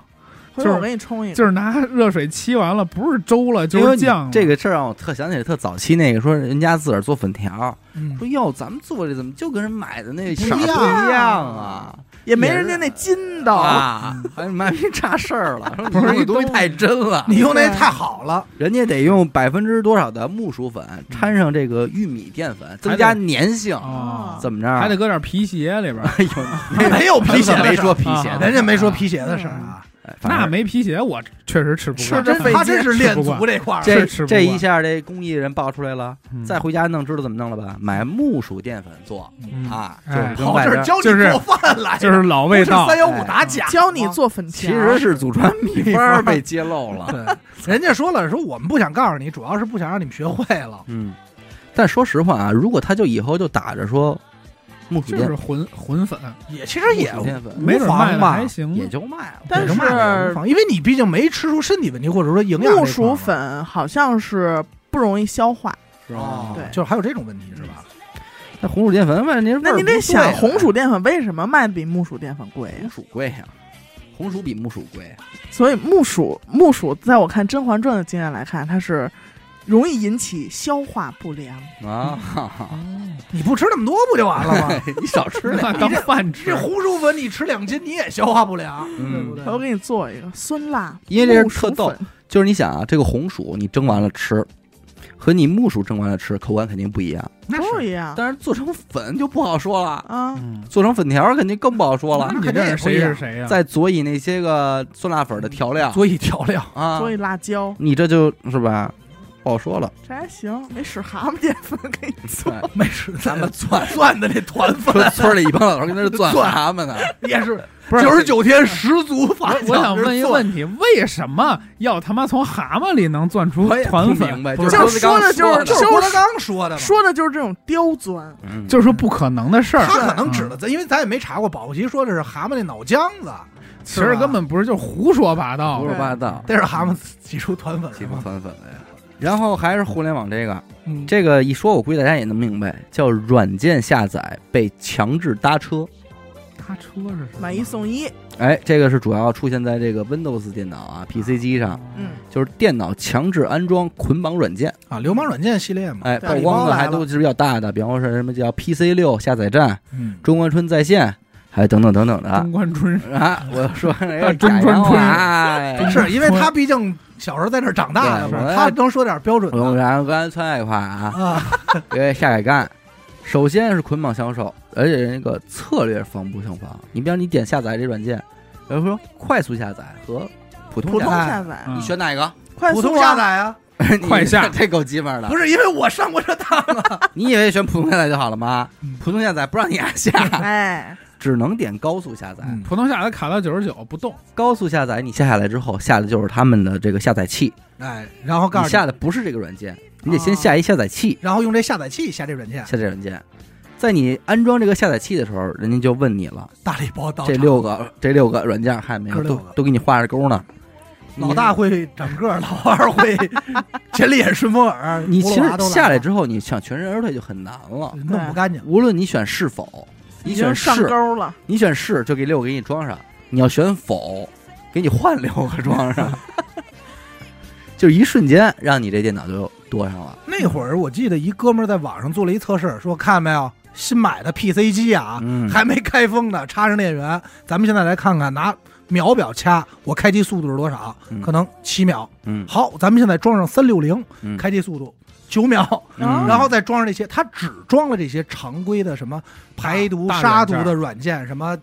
C: 回头
B: 就是
C: 我给你冲一个，
B: 就是拿热水沏完了，不是粥了
A: 因
B: 就
A: 为
B: 是
A: 你
B: 酱了。
A: 这个事儿让我特想起来，特早期那个说人家自个儿做粉条，
D: 嗯
A: 说哟，咱们做这怎么就跟人买的那色儿
D: 不
A: 不
D: 一样
A: 一样啊？
C: 也没人家那筋道。
A: 啊，还妈逼差事儿了，说你
B: 不是
A: 用
B: 一
A: 的东西太真了，
D: 你用那太好了，
A: 人家得用百分之多少的木薯粉掺上这个玉米淀粉，增加粘性，
B: 啊，
A: 怎么着？
B: 还得搁点皮鞋里边儿。
A: 哎呦，
D: 没有皮鞋的事儿
A: 没说皮鞋
B: 啊
A: 的，
D: 人家没说皮鞋的事儿啊，
A: 哎，反正
B: 那没皮鞋，我确实嗯吃不
C: 吃
B: 惯。
C: 着费
D: 他真
C: 劲
D: 是练足这块儿，
A: 这
B: 是吃不
A: 这一
B: 惯
A: 下，这工艺人爆出来了，
B: 嗯
A: 再回家弄，知道怎么弄了吧？买木薯淀粉做
B: 嗯
A: 啊，就
B: 哎
A: 是跟
D: 跑
A: 外
D: 这
A: 边
D: 儿
A: 儿
D: 教
B: 就
D: 你
B: 是
D: 做饭来
B: 就
D: 着，
B: 是老
D: 不
B: 味
D: 是
B: 道
D: 三。幺
A: 哎
D: 五打假，
C: 教你。做粉
A: 其
C: 条，
A: 实是祖传秘方儿被揭露 了。
D: 对，人家说了，说我们不想告诉你，主要是不想让你们学会了。
A: 嗯，但说实话啊，如果他就以后就打着说木薯
B: 就
A: 淀
B: 是混混粉，
D: 也其实也
A: 木薯淀粉
B: 没准卖
D: 无妨
B: 的
D: 吧
B: 还行。
A: 也就卖了，
C: 但
D: 也就卖了无
C: 是
D: 妨因为你毕竟没吃出身体问题或者说营养这块儿
C: 木薯粉好像是不容易消化。
A: 是吧
D: 哦，？
C: 对
D: 就是还有这种问题是吧？
A: 那红薯淀粉，问题
C: 那你得
A: 啊
C: 想，红薯淀粉为什么卖的比木薯淀粉贵呀
A: 红？薯贵呀，红薯比木薯贵。
C: 所以木薯木薯，在我看《甄嬛传》的经验来看，它是容易引起消化不良。
A: 啊，
D: 你不吃那么多不就完了吗？
A: 你少吃点，
B: 那当饭吃
D: 这。红薯粉你吃两斤你也消化不 良，
A: 嗯
D: 对不对？
C: 我给你做一个酸辣，
A: 因为这
C: 木
A: 是
C: 薯
A: 特逗
C: 粉。
A: 就是你想啊，这个红薯你蒸完了吃，和你木薯蒸完了吃口感肯定不一样，
D: 那
C: 都
D: 是
C: 是一样
A: 但是做成粉就不好说了，
C: 啊。
B: 嗯，
A: 做成粉条儿肯定更不好说了
D: 那。
B: 你
D: 肯定
B: 这
D: 也
B: 是
D: 不一
B: 谁是
D: 样
B: 谁呀？
A: 再佐以那些个酸辣粉的调料
D: 佐以调料，
A: 啊，
C: 所以辣椒
A: 你这就是吧，不好说了。
C: 这还行，没使蛤蟆淀粉给你做。
A: 对
D: 没吃
A: 咱们
D: 钻钻的那团粉
A: 说村里一帮老头跟那儿 钻
D: 钻
A: 蛤蟆呢，
D: 也是
B: 不是
D: 九十九天十足
B: 我
D: 发酵。
B: 我想问一个
D: 题，
B: 问题，为什么要他妈从蛤蟆里能钻出
A: 我也不
B: 团
A: 明
B: 粉？
A: 白，
D: 不
A: 是
D: 是
A: 郭德纲
C: 就是说的
D: 就
A: 的
D: 是
C: 就
D: 郭德纲说的嘛，
C: 说的就是这种刁钻，
A: 嗯
B: 就是说不可能的事儿。
D: 他可能指
B: 嗯
D: 的，咱因为咱也没查过，保不齐说的是蛤蟆那脑浆子，
B: 其实根本不是，就是胡说八道
A: 胡。说八道，
D: 但是蛤蟆挤出团粉
A: 欺
D: 了
A: 负
D: 嘛。
A: 团粉的呀。然后还是互联网这个，
D: 嗯
A: 这个一说，我估计大家也能明白，叫软件下载被强制搭车。
B: 搭车是什么
C: 买一送一。
A: 哎，这个是主要出现在这个 Windows 电脑啊、PC 机上，
C: 嗯，
A: 就是电脑强制安装捆绑软件。
D: 啊，流氓软件系列嘛，
A: 哎，
C: 嗯对
A: 曝光的还都是比较大的，比方说什么叫 PC 六下载站、
D: 嗯，
A: 中关村在线，还有等等等等的
C: 嗯
B: 中关村
A: 啊。我说那 个
B: 中关村
A: 哎
D: 是因为他毕竟小时候在那儿长大的
A: 对
D: 嘛，
A: 我
D: 他能说点标准
A: 我
D: 的
A: 然后刚才窜一块啊，
D: 啊，
A: 因为下改干，首先是捆绑销售，而且那个策略防不胜防。你比方你点下载这软件，然后说快速下载和普通
C: 普
A: 下
C: 通
A: 载，
C: 下载，
A: 你
B: 嗯
A: 选哪个？
C: 快
D: 普
C: 速
D: 通下载啊，
A: 你
B: 快下
A: 这够鸡巴的。
D: 不是因为我上过这当啊，
A: 你以为选普通下载就好了 吗
D: 嗯？
A: 普通下载不让你按下，
C: 载，哎，
A: 只能点高速下载。
D: 嗯
B: 普通下载卡到九十九不动，
A: 高速下载你下下来之后，下的就是他们的这个下载器，
D: 哎，然后告
A: 你
D: 诉
A: 下
D: 你，哦
A: 的不是这个软件，你得先下一下载器，
D: 然后用这下载器下这软件，
A: 下载软件。在你安装这个下载器的时候，人家就问你了，
D: 大礼包到
A: 这
D: 场
A: 六个这六个软件还没
D: 哥
A: 有，
D: 六
A: 都
D: 个
A: 都给你画着勾呢。
D: 老大会长个儿，老二 会前列腺顺风耳，
A: 你
D: 葫
A: 其
D: 芦
A: 实
D: 娃都来
A: 下来
D: 了
A: 之后，你想全身而退就很难了。
D: 弄不干净，
A: 无论你选是否，你
C: 已经
A: 选
C: 上
A: 是，
C: 钩了，
A: 你选是就给六个给你装上；你要选否，给你换六个装上。 就一瞬间，让你这电脑就多上了。
D: 那会儿我记得一哥们儿在网上做了一测试，说看没有，新买的 PC 机啊，
A: 嗯
D: 还没开封呢，插上电源，咱们现在来看看，拿秒表掐我开机速度是多少
A: 嗯？
D: 可能七秒。
A: 嗯
D: 好，咱们现在装上三六零
A: 嗯
D: 开机速度九秒，
C: 啊
A: 嗯
D: 然后再装上这些，它只装了这些常规的什么排毒、
B: 啊大
D: 杀
B: 大软
D: 毒
B: 件
D: 的软件，什么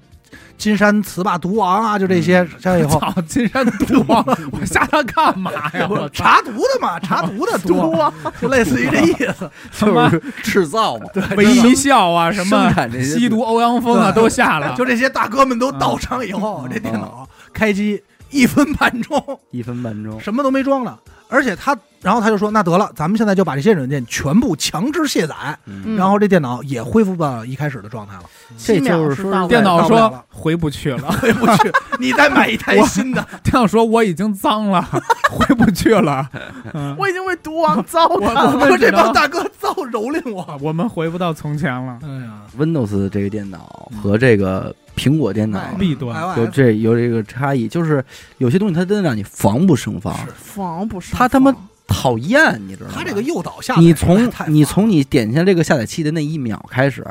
D: 金山词霸毒王啊，就这些。像以后
B: 嗯 操，金山毒王，我下它干嘛呀？我操！
D: 查毒的 嘛，查毒的毒，
C: 多
D: 就类似于这意思。
A: 就是制造 嘛，
B: 微一笑啊，什么
A: 生产这些
B: 吸毒欧阳锋啊，
D: 对
B: 都下了。
D: 就这些大哥们都到场以后，
B: 嗯
D: 这电脑开机一分半钟，
A: 一分半
B: 嗯
A: 钟，
D: 什么都没装了。而且他，然后他就说：“那得了，咱们现在就把这些软件全部强制卸载，
A: 嗯
D: 然后这电脑也恢复到一开始的状态了。
A: 这就是说是
B: 电脑
D: 到不
B: 说
D: 了了
B: 回不去了，
D: 回不去，你再买一台新的。
B: 电脑说我已经脏了， 回不去 了。嗯，
C: 我已经被毒王糟蹋
B: 我
C: 了。
B: 我
D: 啊说这帮大哥造蹂躏我。
B: 我们回不到从前了。
D: 哎呀，
A: Windows 这个电脑和这个苹果电脑
D: 哎
B: 弊端，
A: 有这有这个差异，就是有些东西它真的让你防不胜防，
C: 防不胜
A: 他他妈
C: 防
A: 讨厌，你知道吗？
D: 他这个诱导下载
A: 你
D: 实在
A: 从
D: 太
A: 你
D: 烦
A: 从你点下这个下载器的那一秒开始，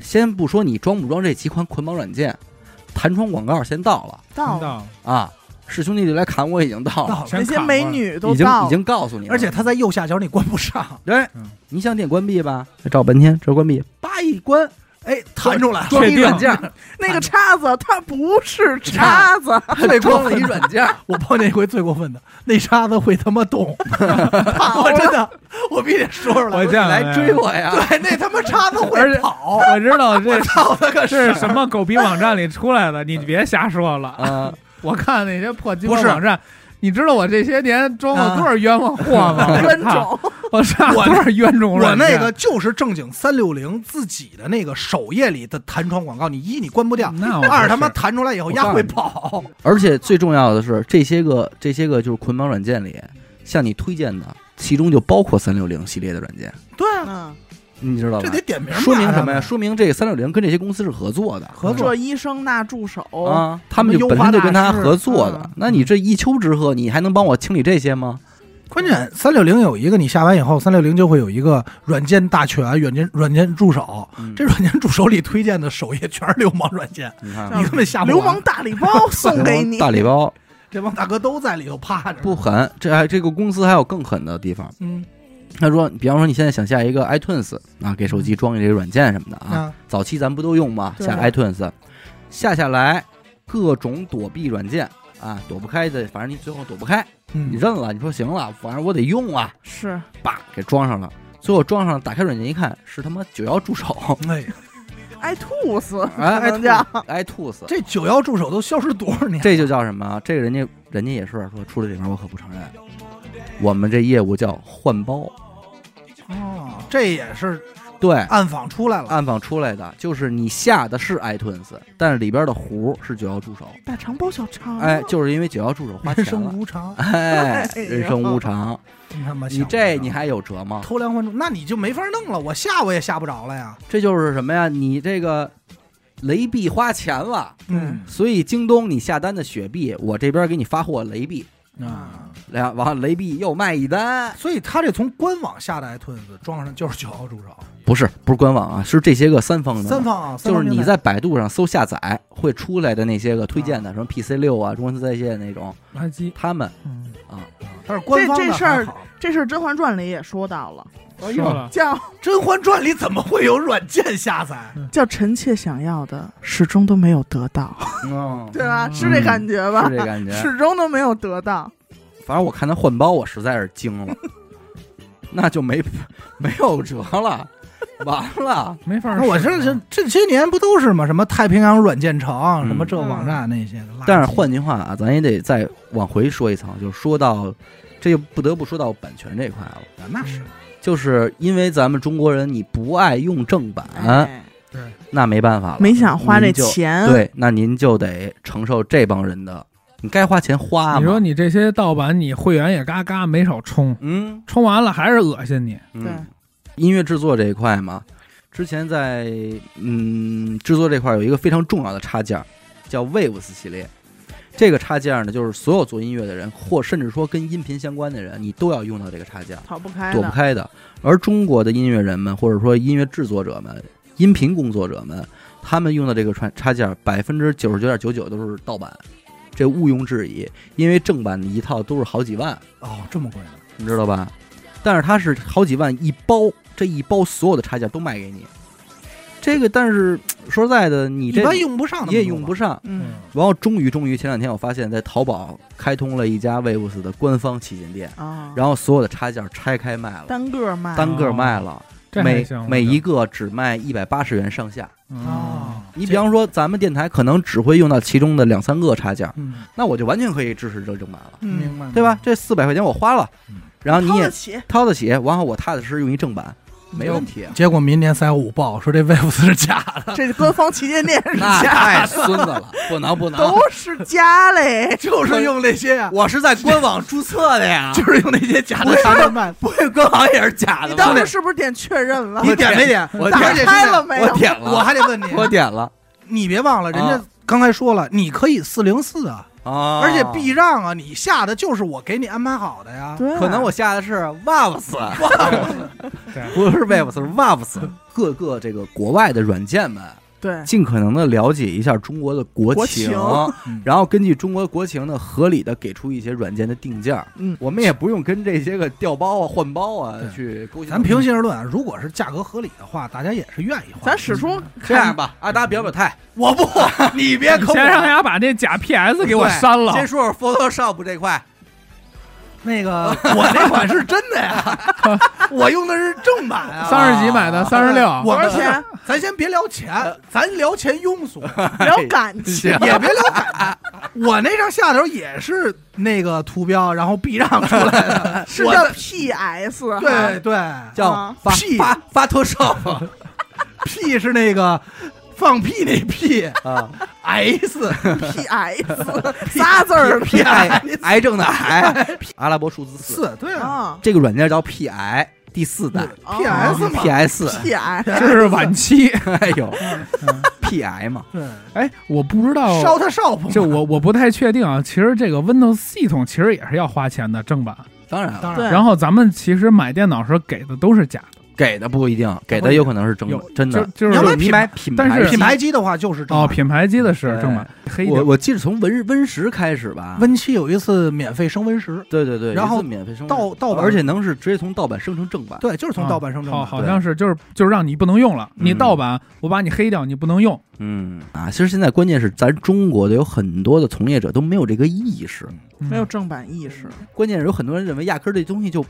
A: 先不说你装不装这几款捆绑软件，弹窗广告先到了
C: 到了
B: 到
A: 啊，是兄弟就来砍我已经到了，
D: 了
B: 全
C: 那些美女都
A: 已经
C: 到
A: 已
C: 了，
A: 经告诉你了，
D: 而且他在右下角你关不 上，
A: 对
B: 嗯，
A: 你想点关闭吧，找半天这关闭，叭一关，
D: 哎，弹出来了，
A: 装
B: 确
A: 一
B: 定
A: 软件，
C: 那个叉子它不 是叉子，
A: 对，装了一软件，
D: 我碰见一回最过分的，那沙子会他妈动，
C: 跑
D: 我
C: 了
D: 真的，我必须得说出来。
B: 我
D: 我
B: 见了
A: 来追我呀！
D: 对，那他妈叉子会跑，
B: 我知道 这
D: 操他
B: 这
D: 个事
B: 是什么狗逼网站里出来的，你别瞎说了。
A: 啊，
B: 我看那些破鸡巴
D: 不是
B: 网站，你知道我这些年装了多少冤枉货吗？我
C: 冤
B: 操，
C: 种，
B: 我上
D: 我
B: 多少冤种
D: 我
B: 软件
D: 那个就是正经三六零自己的那个首页里的弹窗广告，你一你关不掉，
B: 那我
D: 二他妈
B: 是
D: 弹出来以后
A: 我
D: 丫
A: 告诉
D: 会
A: 你
D: 跑，
A: 而且最重要的是，这些个这些个就是捆绑软件里向你推荐的，其中就包括三六零系列的软件，
D: 对啊，
C: 嗯，
A: 你知道
D: 这
A: 吧
D: 得？点名骂
A: 说明
D: 他
A: 什么呀？
D: 们
A: 说明这个三六零跟这些公司是合作的，
D: 合作
C: 嗯这医生那助手，
A: 啊，他们就本身就跟他合作的
C: 嗯。
A: 那你这一丘之貉，你还能帮我清理这些吗？
D: 关键三六零有一个，你下完以后，三六零就会有一个软件大全、软件软件助手。
A: 嗯
D: 这软件助手里推荐的首页全是流氓软件，
A: 你看啊
C: 嗯
D: 你根本下不
C: 流
D: 完
C: 氓。大礼包送给你，
A: 大礼包
D: 这帮大哥都在里头趴着。
A: 不，狠，这还这个公司还有更狠的地方。
D: 嗯
A: 他说，比方说你现在想下一个 iTunes 啊，给手机装一这个软件什么的啊，
D: 啊，
A: 早期咱不都用吗？
C: 嗯对
A: 下 iTunes，下下来各种躲避软件啊，躲不开的，反正你最后躲不开，你
D: 嗯，
A: 认了，你说行了，反正我得用啊，
C: 是
A: 叭给装上了。最后装上了，打开软件一看，是他妈九幺助手，
D: 哎呀，
C: 爱吐死，
A: 哎，
C: 可能叫
A: iTunes，
D: 这九幺助手都消失多少年？
A: 这就叫什么？啊这个人家人家也是说出了这门，我可不承认。我们这业务叫换包，
D: 哦，这也是
A: 对，
D: 暗访出来了。
A: 暗访出来的就是你下的是 iTunes，但是里边的壶是九幺助手，
C: 大肠包小肠，
A: 哎，就是因为九幺助手花
D: 哦人
A: 钱
D: 生
A: 了，
D: 无常，哎
A: 哎，
C: 哎呦
A: 人生无常，
D: 你他妈想
A: 你
D: 不
A: 这
D: 到
A: 你还有辙吗？
D: 偷梁换柱，那你就没法弄了。我下我也下不着了呀。
A: 这就是什么呀？你这个雷币花钱了，
D: 嗯
A: 所以京东你下单的雪碧，我这边给你发货雷币，
D: 啊，
A: 然后完了雷币又卖一单，
D: 所以他这从官网下的 iTunes 装上就是九 幺助手，
A: 不是不是官网啊，是这些个三方的
D: 三方啊，三
A: 就是
D: 方平
A: 你
D: 台
A: 在百度上搜下载会出来的那些个推荐的，什么 PC 六啊、中关村在线那种，
B: 垃圾。
A: 他们
B: 嗯，
A: 啊，
D: 但是官方的
C: 这这事儿
D: 还好
C: 这事儿《甄嬛传》里也说到了，
B: 说
D: 哎呦，
B: 了，
C: 叫
D: 《甄嬛传》里怎么会有软件下载？
C: 叫臣妾想要的，始终都没有得到，
A: 嗯，
C: 对吧？
B: 嗯
C: 是这感觉吧
A: 是？这感觉。
C: 始终都没有得到，
A: 反正我看他换包，我实在是惊 了，那就没没有辙了，完了。
B: 没法儿
D: 那
B: 说。
D: 我这这这些年不都是吗？什么太平洋软件城，啊
A: 嗯
D: 什么这网站那些。垃圾
A: 但是换句话啊，咱也得再往回说一层，就说到这就不得不说到版权这块了，
D: 那
A: 嗯
D: 是
A: 就是因为咱们中国人你不爱用正版，
C: 哎，
A: 那没办法了，
C: 没想花
A: 啊
C: 这
A: 您就
C: 钱，，
A: 对，那您就得承受这帮人的，你该花钱花嘛。
B: 你说你这些盗版，你会员也嘎嘎没少充，
A: 嗯，
B: 充完了还是恶心你。
A: 对
C: 对
A: 音乐制作这一块嘛，之前在嗯制作这块有一个非常重要的插件儿，叫 Waves 系列。这个插件儿呢，就是所有做音乐的人，或甚至说跟音频相关的人，你都要用到这个插件儿，
C: 逃不开
A: 躲不
C: 的，
A: 开的。而中国的音乐人们，或者说音乐制作者们，音频工作者们，他们用的这个穿插件，百分之九十九点九九都是盗版，这毋庸置疑。因为正版的一套都是好几万，
D: 哦，这么贵呢？
A: 你知道吧？但是它是好几万一包，这一包所有的插件都卖给你。这个，但是说实在的，你
D: 一
A: 这
D: 般用不上，
A: 你也用不
D: 上。
A: 上。
C: 嗯
D: 嗯，
A: 然后终于终于，前两天我发现，在淘宝开通了一家 Waves 的官方旗舰店，
C: 啊，
A: 然后所有的插件拆开卖了，
C: 单个卖，
A: 单个卖了，
B: 这还
A: 每
B: 行我
A: 每
B: 觉
A: 一
B: 得
A: 个只卖一百八十元上下。
B: 嗯
D: 哦，
A: 你比方说，咱们电台可能只会用到其中的两三个插件，
D: 嗯，
A: 那我就完全可以支持这正版了，
C: 嗯，
D: 明白，
A: 对吧？？这四百块钱我花了
D: 嗯，
A: 然后啊你
C: 掏
A: 也
C: 得起，
A: 掏得起，然后我踏踏实实用一正版，没问
C: 题，
A: 题。
D: 结果明年三幺五报说这 Wave 是假的，
C: 这是官方旗 舰店
A: 啊
C: 是
A: 那
C: 假，
A: 太孙子了，不能不能，
C: 都是假 嘞，
D: 就用那些呀，
A: 我是在官网注册的呀，
D: 就是用那些假的商品卖。
A: 不会官网也是假
C: 你
A: 的
C: 当
A: 吧
C: 时？是不是点确认了？
D: 你点没点？
A: 我
C: 打
A: 点
D: 而且是
C: 开了没有
A: 我？点
D: 我
A: 了，
D: 还得问你，
A: 我点了
D: 你别忘了，人家
A: 啊
D: 刚才说了，你可以四零四啊，
A: 啊
D: 而且避让啊，你下的就是我给你安排好的呀。
C: 对啊，
A: 可能我下的是 Waves，不是 Waves 是 Waves。各个这个国外的软件们，
C: 对
A: 尽可能的了解一下中国的国
C: 哎国
A: 情，
C: 情
D: 嗯
A: 然后根据中国国情呢，合理的给出一些软件的定价。
C: 嗯
A: 我们也不用跟这些个调包啊、换包啊
D: 对
A: 去勾心斗角。
D: 咱平心而论啊，如果是价格合理的话，大家也是愿意花的。
C: 咱使出
A: 嗯这样吧，阿达表表态，
D: 我不，你别
B: 你
D: 抠我。啊
B: 先让大家把那假 PS 给我删了，
A: 先说说 Photoshop 这块，
D: 那个，我那款是真的呀，我用的是正版啊。
B: 三十几买的， 三十六，
D: 我
C: 多少
D: 们
C: 钱？
D: 咱先别聊钱，咱聊钱庸俗，
C: 聊感情，
A: 哎行
D: 也别聊感觉。我那张下头也是那个图标，然后避让出来的，
C: 是
D: 我
C: 叫
D: 的
C: PS 哈
D: 对对，
A: 叫
C: 啊
A: 发
D: 屁
A: 发 Photoshop
D: 屁是那个放屁那屁
A: 啊，
D: S，
C: PS 仨字儿
A: P I 癌症的癌，阿拉伯数字四。
D: 四对啊
C: 啊
A: 这个软件叫 P I 第四代嗯
C: 哦
D: ，P S 嘛
A: P S，
C: ，PS
B: 这是晚期。
A: 哎呦，P I 嘛，
D: 对，
B: 哎，我不知道，
D: 烧它烧不？
B: 这我我不太确定啊。其实这个 Windows 系统其实也是要花钱的正版，
A: 当嗯然了，
D: 当
C: 对
D: 然
B: 然后咱们其实买电脑时候给的都是假的，
A: 给的不一定，给的有可能是正
B: 有
A: 真的。
B: 就就
D: 你要
B: 是
D: 买
A: 你
D: 品
A: 买品
B: 但
A: 牌
B: 是
A: 机
D: 品牌机的话就是正
B: 哦，
D: 版。
B: 品牌机的是正版，黑一
A: 我
B: 点
A: 我记得从 Win Win 十开始吧
D: 温七有一次免费升温十，
A: 对对对，
D: 然后
A: 一次免费升
D: 盗盗版
A: 而且能是直接从盗版升成正版。
D: 对，就是从
B: 啊
D: 盗版升正
B: 好
D: 版。
B: 好像是就是就是让你不能用了，
A: 嗯
B: 你盗版我把你黑掉，你不能用。
A: 嗯啊，其实现在关键是咱中国的有很多的从业者都没有这个意识，
B: 嗯
C: 没有正版意识，
A: 关键是有很多人认为压根儿这东西就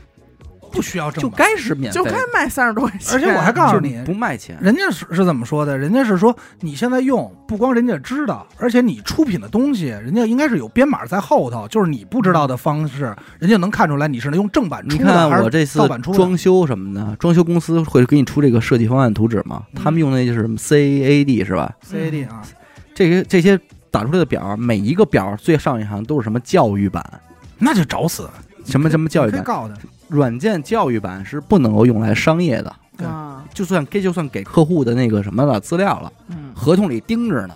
D: 不需要
A: 就
D: 正版。
A: 该是免费
C: 就
A: 的，
C: 该卖三十多块钱，
D: 而且我还告诉
A: 就是
D: 你
A: 不卖钱。
D: 人家是是怎么说的？人家是说你现在用，不光人家知道，而且你出品的东西，人家应该是有编码在后头，就是你不知道的方式，人家能看出来你是用正版
A: 你
D: 出的
A: 看
D: 还
A: 我
D: 是
A: 这次
D: 盗版出的。
A: 装修什么的，装修公司会给你出这个设计方案图纸吗？
C: 嗯
A: 他们用的就是什么 CAD 是吧？
D: CAD 啊，
A: 这些这些打出来的表，每一个表最上一行都是什么教育版，
D: 那就找死，
A: 什么什么教育
D: 可以
A: 版，
D: 告他。
A: 软件教育版是不能够用来商业的。
D: 对
C: 啊，
A: 就算给就算给客户的那个什么了资料了，
C: 嗯，
A: 合同里盯着呢。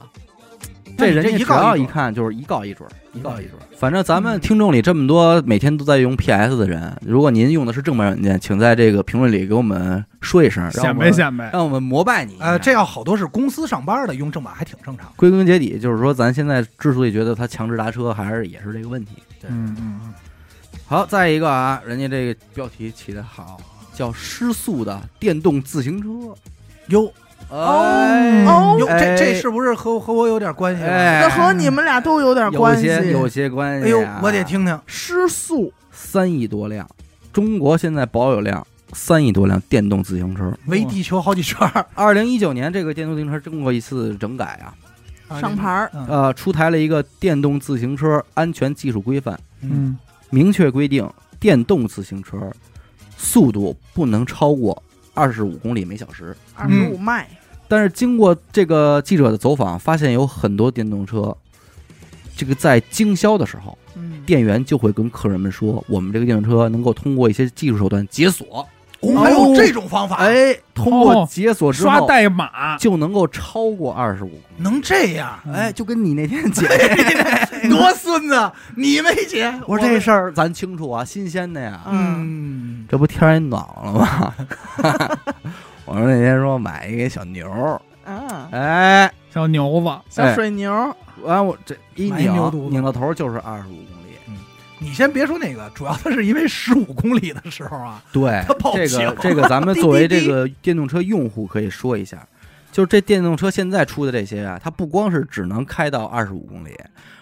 D: 那你
A: 人
D: 这
A: 家
D: 一
A: 只
D: 告
A: 要
D: 一
A: 一
D: 准
A: 看就是一告一准儿，一
D: 告
A: 告
D: 一
A: 一准儿。反正咱们
C: 嗯
A: 听众里这么多每天都在用 PS 的人，如果您用的是正版软件，请在这个评论里给我们说一声，让我
B: 显摆
A: 们
B: 显摆，
A: 让我们膜拜你一下。
D: 呃，这要好多是公司上班的用正版还挺正常。
A: 归根结底就是说，咱现在之所以觉得它强制搭车，还是也是这个问题。
B: 嗯嗯嗯，
A: 好，再一个啊，人家这个标题起得好，叫“失速的电动自行车
D: 哟”。
A: 哎，
C: 哦
D: 哟，这
A: 哎
D: 这是不是和和我有点关系啊？
A: 哎
C: 这和你们俩都有点
A: 有
C: 关系，
A: 些有些关系、啊。
D: 哎呦，我得听听。
C: 失速，
A: 三亿多辆，中国现在保有量三亿多辆电动自行车。
D: 围地球好几圈儿，
A: 二零一九年，这个电动自行车经过一次整改啊，
C: 上牌儿
D: 嗯
A: 呃，出台了一个电动自行车安全技术规范，
D: 嗯，
B: 嗯，
A: 明确规定电动自行车速度不能超过二十五公里每小时。
C: 二十
A: 嗯
C: 五迈，
A: 但是经过这个记者的走访，发现有很多电动车，这个在经销的时候，
C: 嗯，
A: 店员就会跟客人们说，我们这个电动车能够通过一些技术手段解锁，
D: 哦还有这种方法，，
A: 哎，通过解锁之
B: 刷
A: 后
B: 代码，
A: 就能够超过二十五。
D: 能这样？
A: 哎，就跟你那天解，
D: 多孙子，你没解，
A: 我说这事儿咱清楚啊，新鲜的呀，
C: 嗯
D: 嗯，
A: 这不天儿也暖和了吗？我说那天说买一个小牛儿，
C: 啊，
A: 哎，
B: 小牛子，
C: 小水牛，
A: 完我这一
D: 买一
A: 拧
D: 牛犊子
A: 拧到头就是二十五公里。
D: 你先别说那个，主要它是因为十五公里的时候啊，
A: 对
D: 它报
A: 这
D: 警
A: 个这个，咱们作为
C: 滴
A: 这
C: 滴滴
A: 个电动车用户可以说一下，就是这电动车现在出的这些啊，它不光是只能开到二十五公里，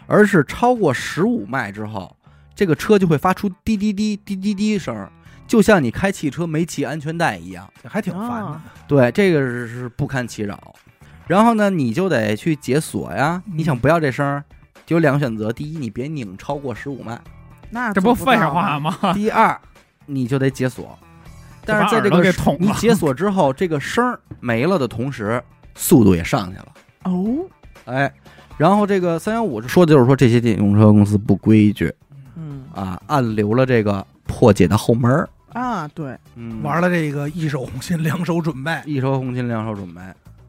A: 而是超过十五迈之后，这个车就会发出滴滴滴滴滴滴声儿，就像你开汽车没系安全带一样。
D: 还挺烦的。
A: 对，这个是是不堪其扰。然后呢，你就得去解锁呀。你
C: 嗯
A: 想不要这声儿，就有两个选择：第一，你别拧超过十五迈；
C: 那
B: 这
C: 做
B: 不
C: 到
B: 废话
C: 吗？
B: 吗？
A: 第二，你就得解锁。但是在这
B: 把耳朵给
A: 个
B: 捅
A: 你
B: 了，
A: 解锁之后，这个声儿没了的同时，速度也上去了。
C: 哦，
A: 哎，然后这个三幺五说的就是说这些电动车公司不规矩
C: 嗯
A: 啊，暗留了这个破解的后门儿。
C: 啊，对，
A: 嗯，
D: 玩了这个一手红心，两手准备，
A: 一手红心，两手准备。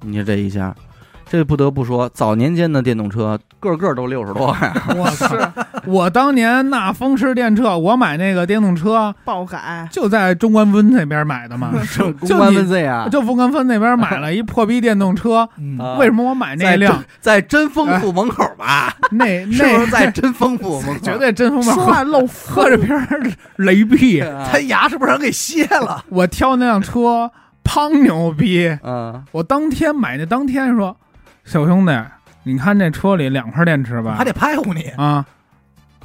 A: 你看这一下，这不得不说，早年间的电动车个个都六十多呀、
B: 我是我当年那风驰电掣，我买那个电动车
C: 爆改，
B: 就在中关村那边买 的嘛，
A: 公关问罪啊！
B: 就中关村那边买了一破逼电动车。
D: 嗯
A: 啊
B: 为什么我买那辆？
A: 在真丰府门口吧？
B: 那
A: 是不
B: 那
A: 是在真丰府门口？
B: 绝对真风
C: 说
B: 面
C: 话漏
B: 喝着瓶儿雷碧，
A: 啊
D: 他牙是不是让给卸了？
B: 我挑那辆车，胖牛逼！
A: 嗯，
B: 我当天买那当天说，小兄弟，你看这车里两块电池吧，
D: 还得拍糊你。
B: 啊，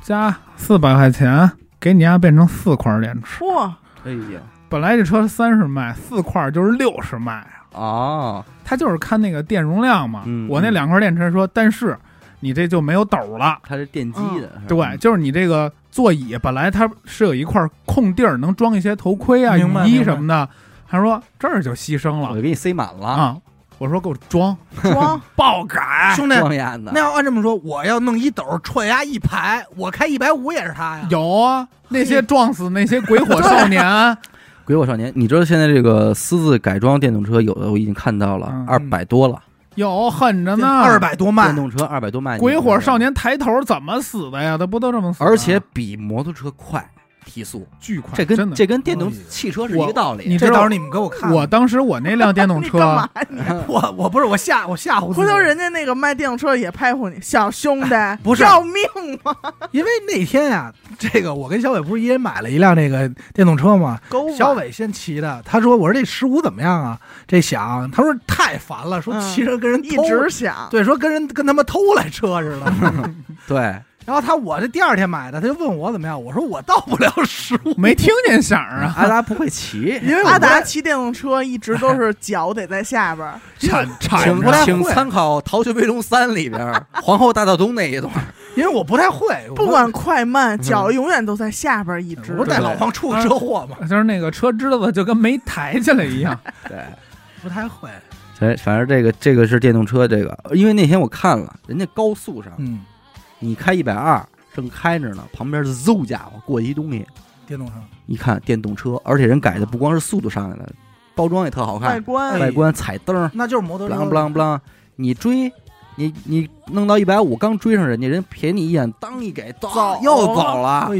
B: 加四百块钱，给你家变成四块电池。
C: 嚯，
A: 哎呀，
B: 本来这车三十迈，四块就是六十迈啊。
A: 哦，
B: 它就是看那个电容量嘛。
A: 嗯
B: 我那两块电池说，但是你这就没有斗了。
A: 它是电机的，
D: 嗯
A: 是吧
B: 对，就是你这个座椅本来它是有一块空地儿，能装一些头盔啊、
D: 明白
B: 雨衣什么的。他说这儿就牺牲
A: 我
B: 了
A: 就给你塞满了，
B: 啊！我说给我装
C: 装
B: 爆改，
D: 兄弟，
A: 双眼的
D: 那。要按这么说，我要弄一斗踹牙一排，我开一百五也是他呀。
B: 有啊，那些撞死那些鬼火少年，啊
A: 鬼火少年，你知道现在这个私自改装电动车，有的我已经看到了
B: 嗯
A: 二百多了，
B: 有狠着呢，
D: 二百多
A: 电
D: 迈，
A: 动车二百多迈。
B: 鬼火少，年抬头怎么死的呀？他不都这么死的？
A: 而且比摩托车快，提速，
B: 巨快，
A: 这
B: 真
A: 跟
B: 的。
A: 这跟电动
D: 哎呦
A: 汽车是一个道理。
B: 你
D: 这
B: 知
D: 到时
B: 道
D: 候你们给我看。
B: 我当时我 那辆电动
C: 你
B: 车
C: 干
B: 哎
C: 嘛，呀你？
D: 我我不是我吓我吓唬自己
C: 回头人家那个卖电动车也拍唬你，小兄弟，
B: 哎
D: 不是
C: 要命 吗？
D: 因为那天啊，这个我跟小伟不是一人买了一辆这个电动车吗？
C: 狗晚
D: 小伟先骑的，他说我说这十五怎么样啊？这想他说太烦了，说
C: 嗯
D: 骑着跟人
C: 一
D: 偷
C: 直想，
D: 对，说跟人跟他妈偷来车似的。
A: 对，
D: 然后他我这第二天买的，他就问我怎么样，我说我到不了十五，
B: 没听见响儿啊，
A: 阿达不会骑，
D: 因为我
C: 阿达
D: 觉
C: 骑电动车一直 都是脚得在下边儿，
B: 铲铲
A: 嗯请
D: 不太
B: 着
D: 会
A: 请参考《逃学威龙三》里边儿皇后大道东那一段。
D: 得因为我不太会，我
C: 不管快慢，
A: 嗯
C: 脚永远都在下边儿一直
D: 我。不是带老黄出过车祸吗？
B: 就是那个车支子就跟没抬起来一 样。
A: 对，
D: 不太会，
A: 反反正这个这个是电动车，这个因为那天我看了，人家高速上
D: 嗯，
A: 你开一百二，正开着呢，旁边嗖家伙过去一东西，
D: 电动车
A: 一看电动车，而且人改的不光是速度上来了，包装也特好
C: 外
A: 看，
C: 观
A: 外观彩灯儿，
D: 那就是摩
A: 不
D: 托车，
A: 啷不啷不啷，你追。你你弄到一百五，刚追上人家，人瞥你一眼，当一给，
C: 走
A: 当又走了，
D: 哎，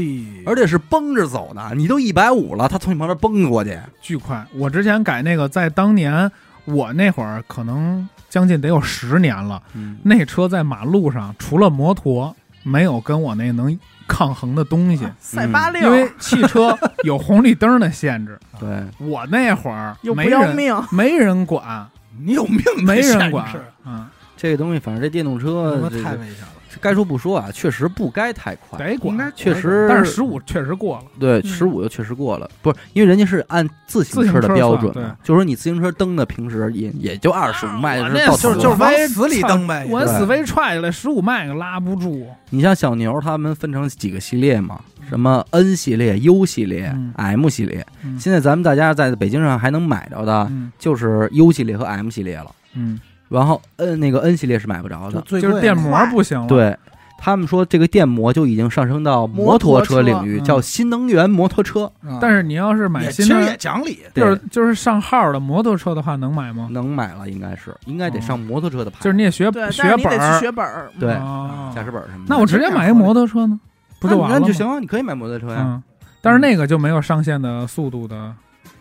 A: 而且是绷着走的。你都一百五了，他从你旁边蹦过去，
B: 巨快！我之前改那个，在当年我那会儿可能将近得有十年了，
A: 嗯，
B: 那车在马路上除了摩托，没有跟我那能抗衡的东 西，
C: 啊赛八
B: 嗯因为
C: 六
B: 汽车有红绿灯的限制。
A: 对，
B: 我那会儿
C: 又不
B: 没
C: 要
B: 人
C: 命，
B: 没人管，
D: 你有命
B: 没人
D: 这
B: 管
D: 限制，
B: 嗯，
A: 这个东西，反正这电动
D: 他
A: 车
D: 妈
A: 这
D: 太
A: 个
D: 危险了，
A: 该说不说啊，确实不该太快。
B: 得
D: 应该
B: 管。
A: 确实
B: 但是十五确实过了，
A: 对，
C: 嗯
A: 十五又确实过了，不是因为人家是按自行车的标准嘛，就是说你自行车蹬的平时也也就二十五迈
B: 啊
A: 的
B: 我
A: 时
B: 那
A: 候到头
D: 就是
A: 了，
D: 就是往
B: 我
D: 死里蹬呗，
B: 我
A: 对
B: 死飞踹下来十五迈可拉不住，
A: 你像小牛他们分成几个系列嘛，什么 N 系列、U 系列、
B: 嗯
A: M 系列，
B: 嗯
A: 现在咱们大家在北京上还能买着的，
B: 嗯
A: 就是 U 系列和 M 系列了。
B: 嗯，
A: 然后 N 那个 N 系列是买不着
D: 就
A: 的，
D: 最
B: 就是
D: 贵
B: 电
D: 那个
B: 摩不行了，
A: 对。他们说这个电摩就已经上升到摩托车领域，
B: 嗯摩托车
A: 叫新能源摩托车，
D: 嗯
B: 但是你要是买
D: 也其
B: 新
D: 实也
B: 的，
D: 讲理，
B: 就是就是上号的摩托车的话，能买吗？
A: 能买了，应该是应该得
B: 哦
A: 上摩托车的牌，
B: 就是你也学
C: 对，但
B: 学
C: 是你得
B: 本
C: 去
B: 儿，
C: 学本儿。
A: 对
B: 哦
A: 驾驶本什么的。
B: 那我直接买一摩托车呢，不就
A: 那
B: 完
A: 你
B: 了
A: 那
B: 吗？嗯
A: 就行，啊，你可以买摩托车呀。
B: 嗯，但是那个就没有上限的速度的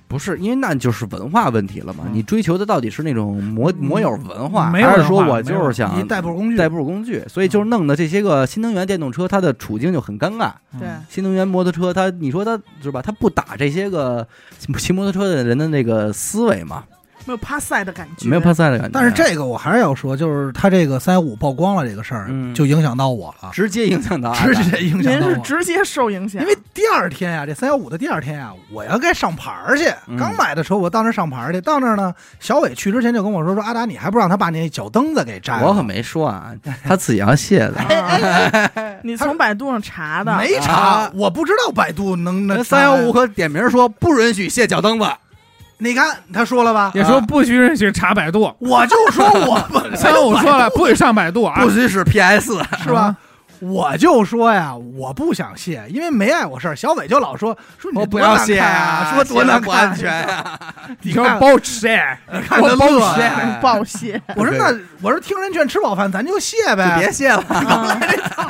A: 不是，因为那就是文化问题了嘛。
B: 嗯
A: 你追求的到底是那种摩摩友文化，
B: 没有文
A: 还
B: 化
A: 是说我
B: 没有
A: 就
B: 文
A: 是想
D: 一代步工具，
A: 代步工具？所以就是弄的这些个新能源电动车，它的处境就很尴尬。
C: 对
B: 嗯
A: 新能源摩托车，它你说它是吧？它不打这些个骑骑摩托车的人的那个思维嘛，
C: 没有趴赛的感觉，
A: 没有趴赛的感觉。啊
D: 但是这个我还是要说，就是他这个三幺五曝光了这个事儿，
A: 嗯啊
D: 就影响到我了，
A: 直接影响到
D: 直接影响
C: 您
D: 到
C: 是
D: 我。
C: 直接受影响，
D: 因为第二天呀、这三幺五的第二天呀、我要该上牌儿去。
A: 嗯
D: 刚买的车，我到那儿上牌儿去。到那儿呢，小伟去之前就跟我说：“说阿达，你还不让他把那脚蹬子给摘了？”
A: 我可没说啊，他自己要卸 的。
B: 哎
C: 你哎从百度上查的，
D: 没查，
A: 啊
D: 我不知道百度能那
A: 三幺五。可点名说不允许卸脚蹬 子，
B: 啊
D: 你看他说了吧，啊
B: 也说不许允许查百度，
D: 我就说我本来就
B: 三幺五说了不许上百度啊
A: 不，许使 PS。
D: 是吧？啊我就说呀，我不想卸，因为没碍我事儿。小伟就老说说 你
A: 我
D: 这
A: 不
D: 多
A: 要
D: 难
A: 卸
D: 看
A: 啊，
D: 说多
A: 那
D: 难
A: 不
D: 看
A: 安全呀。
B: 你
D: 你
B: 说
D: 看
B: 包谁？
D: 你看
B: 我
D: 他
B: 包
D: 乐
B: 卸
D: 呀。
C: 哎报谢，
D: 我说那我说听人劝吃饱饭，咱就卸呗。
A: 就别卸 了，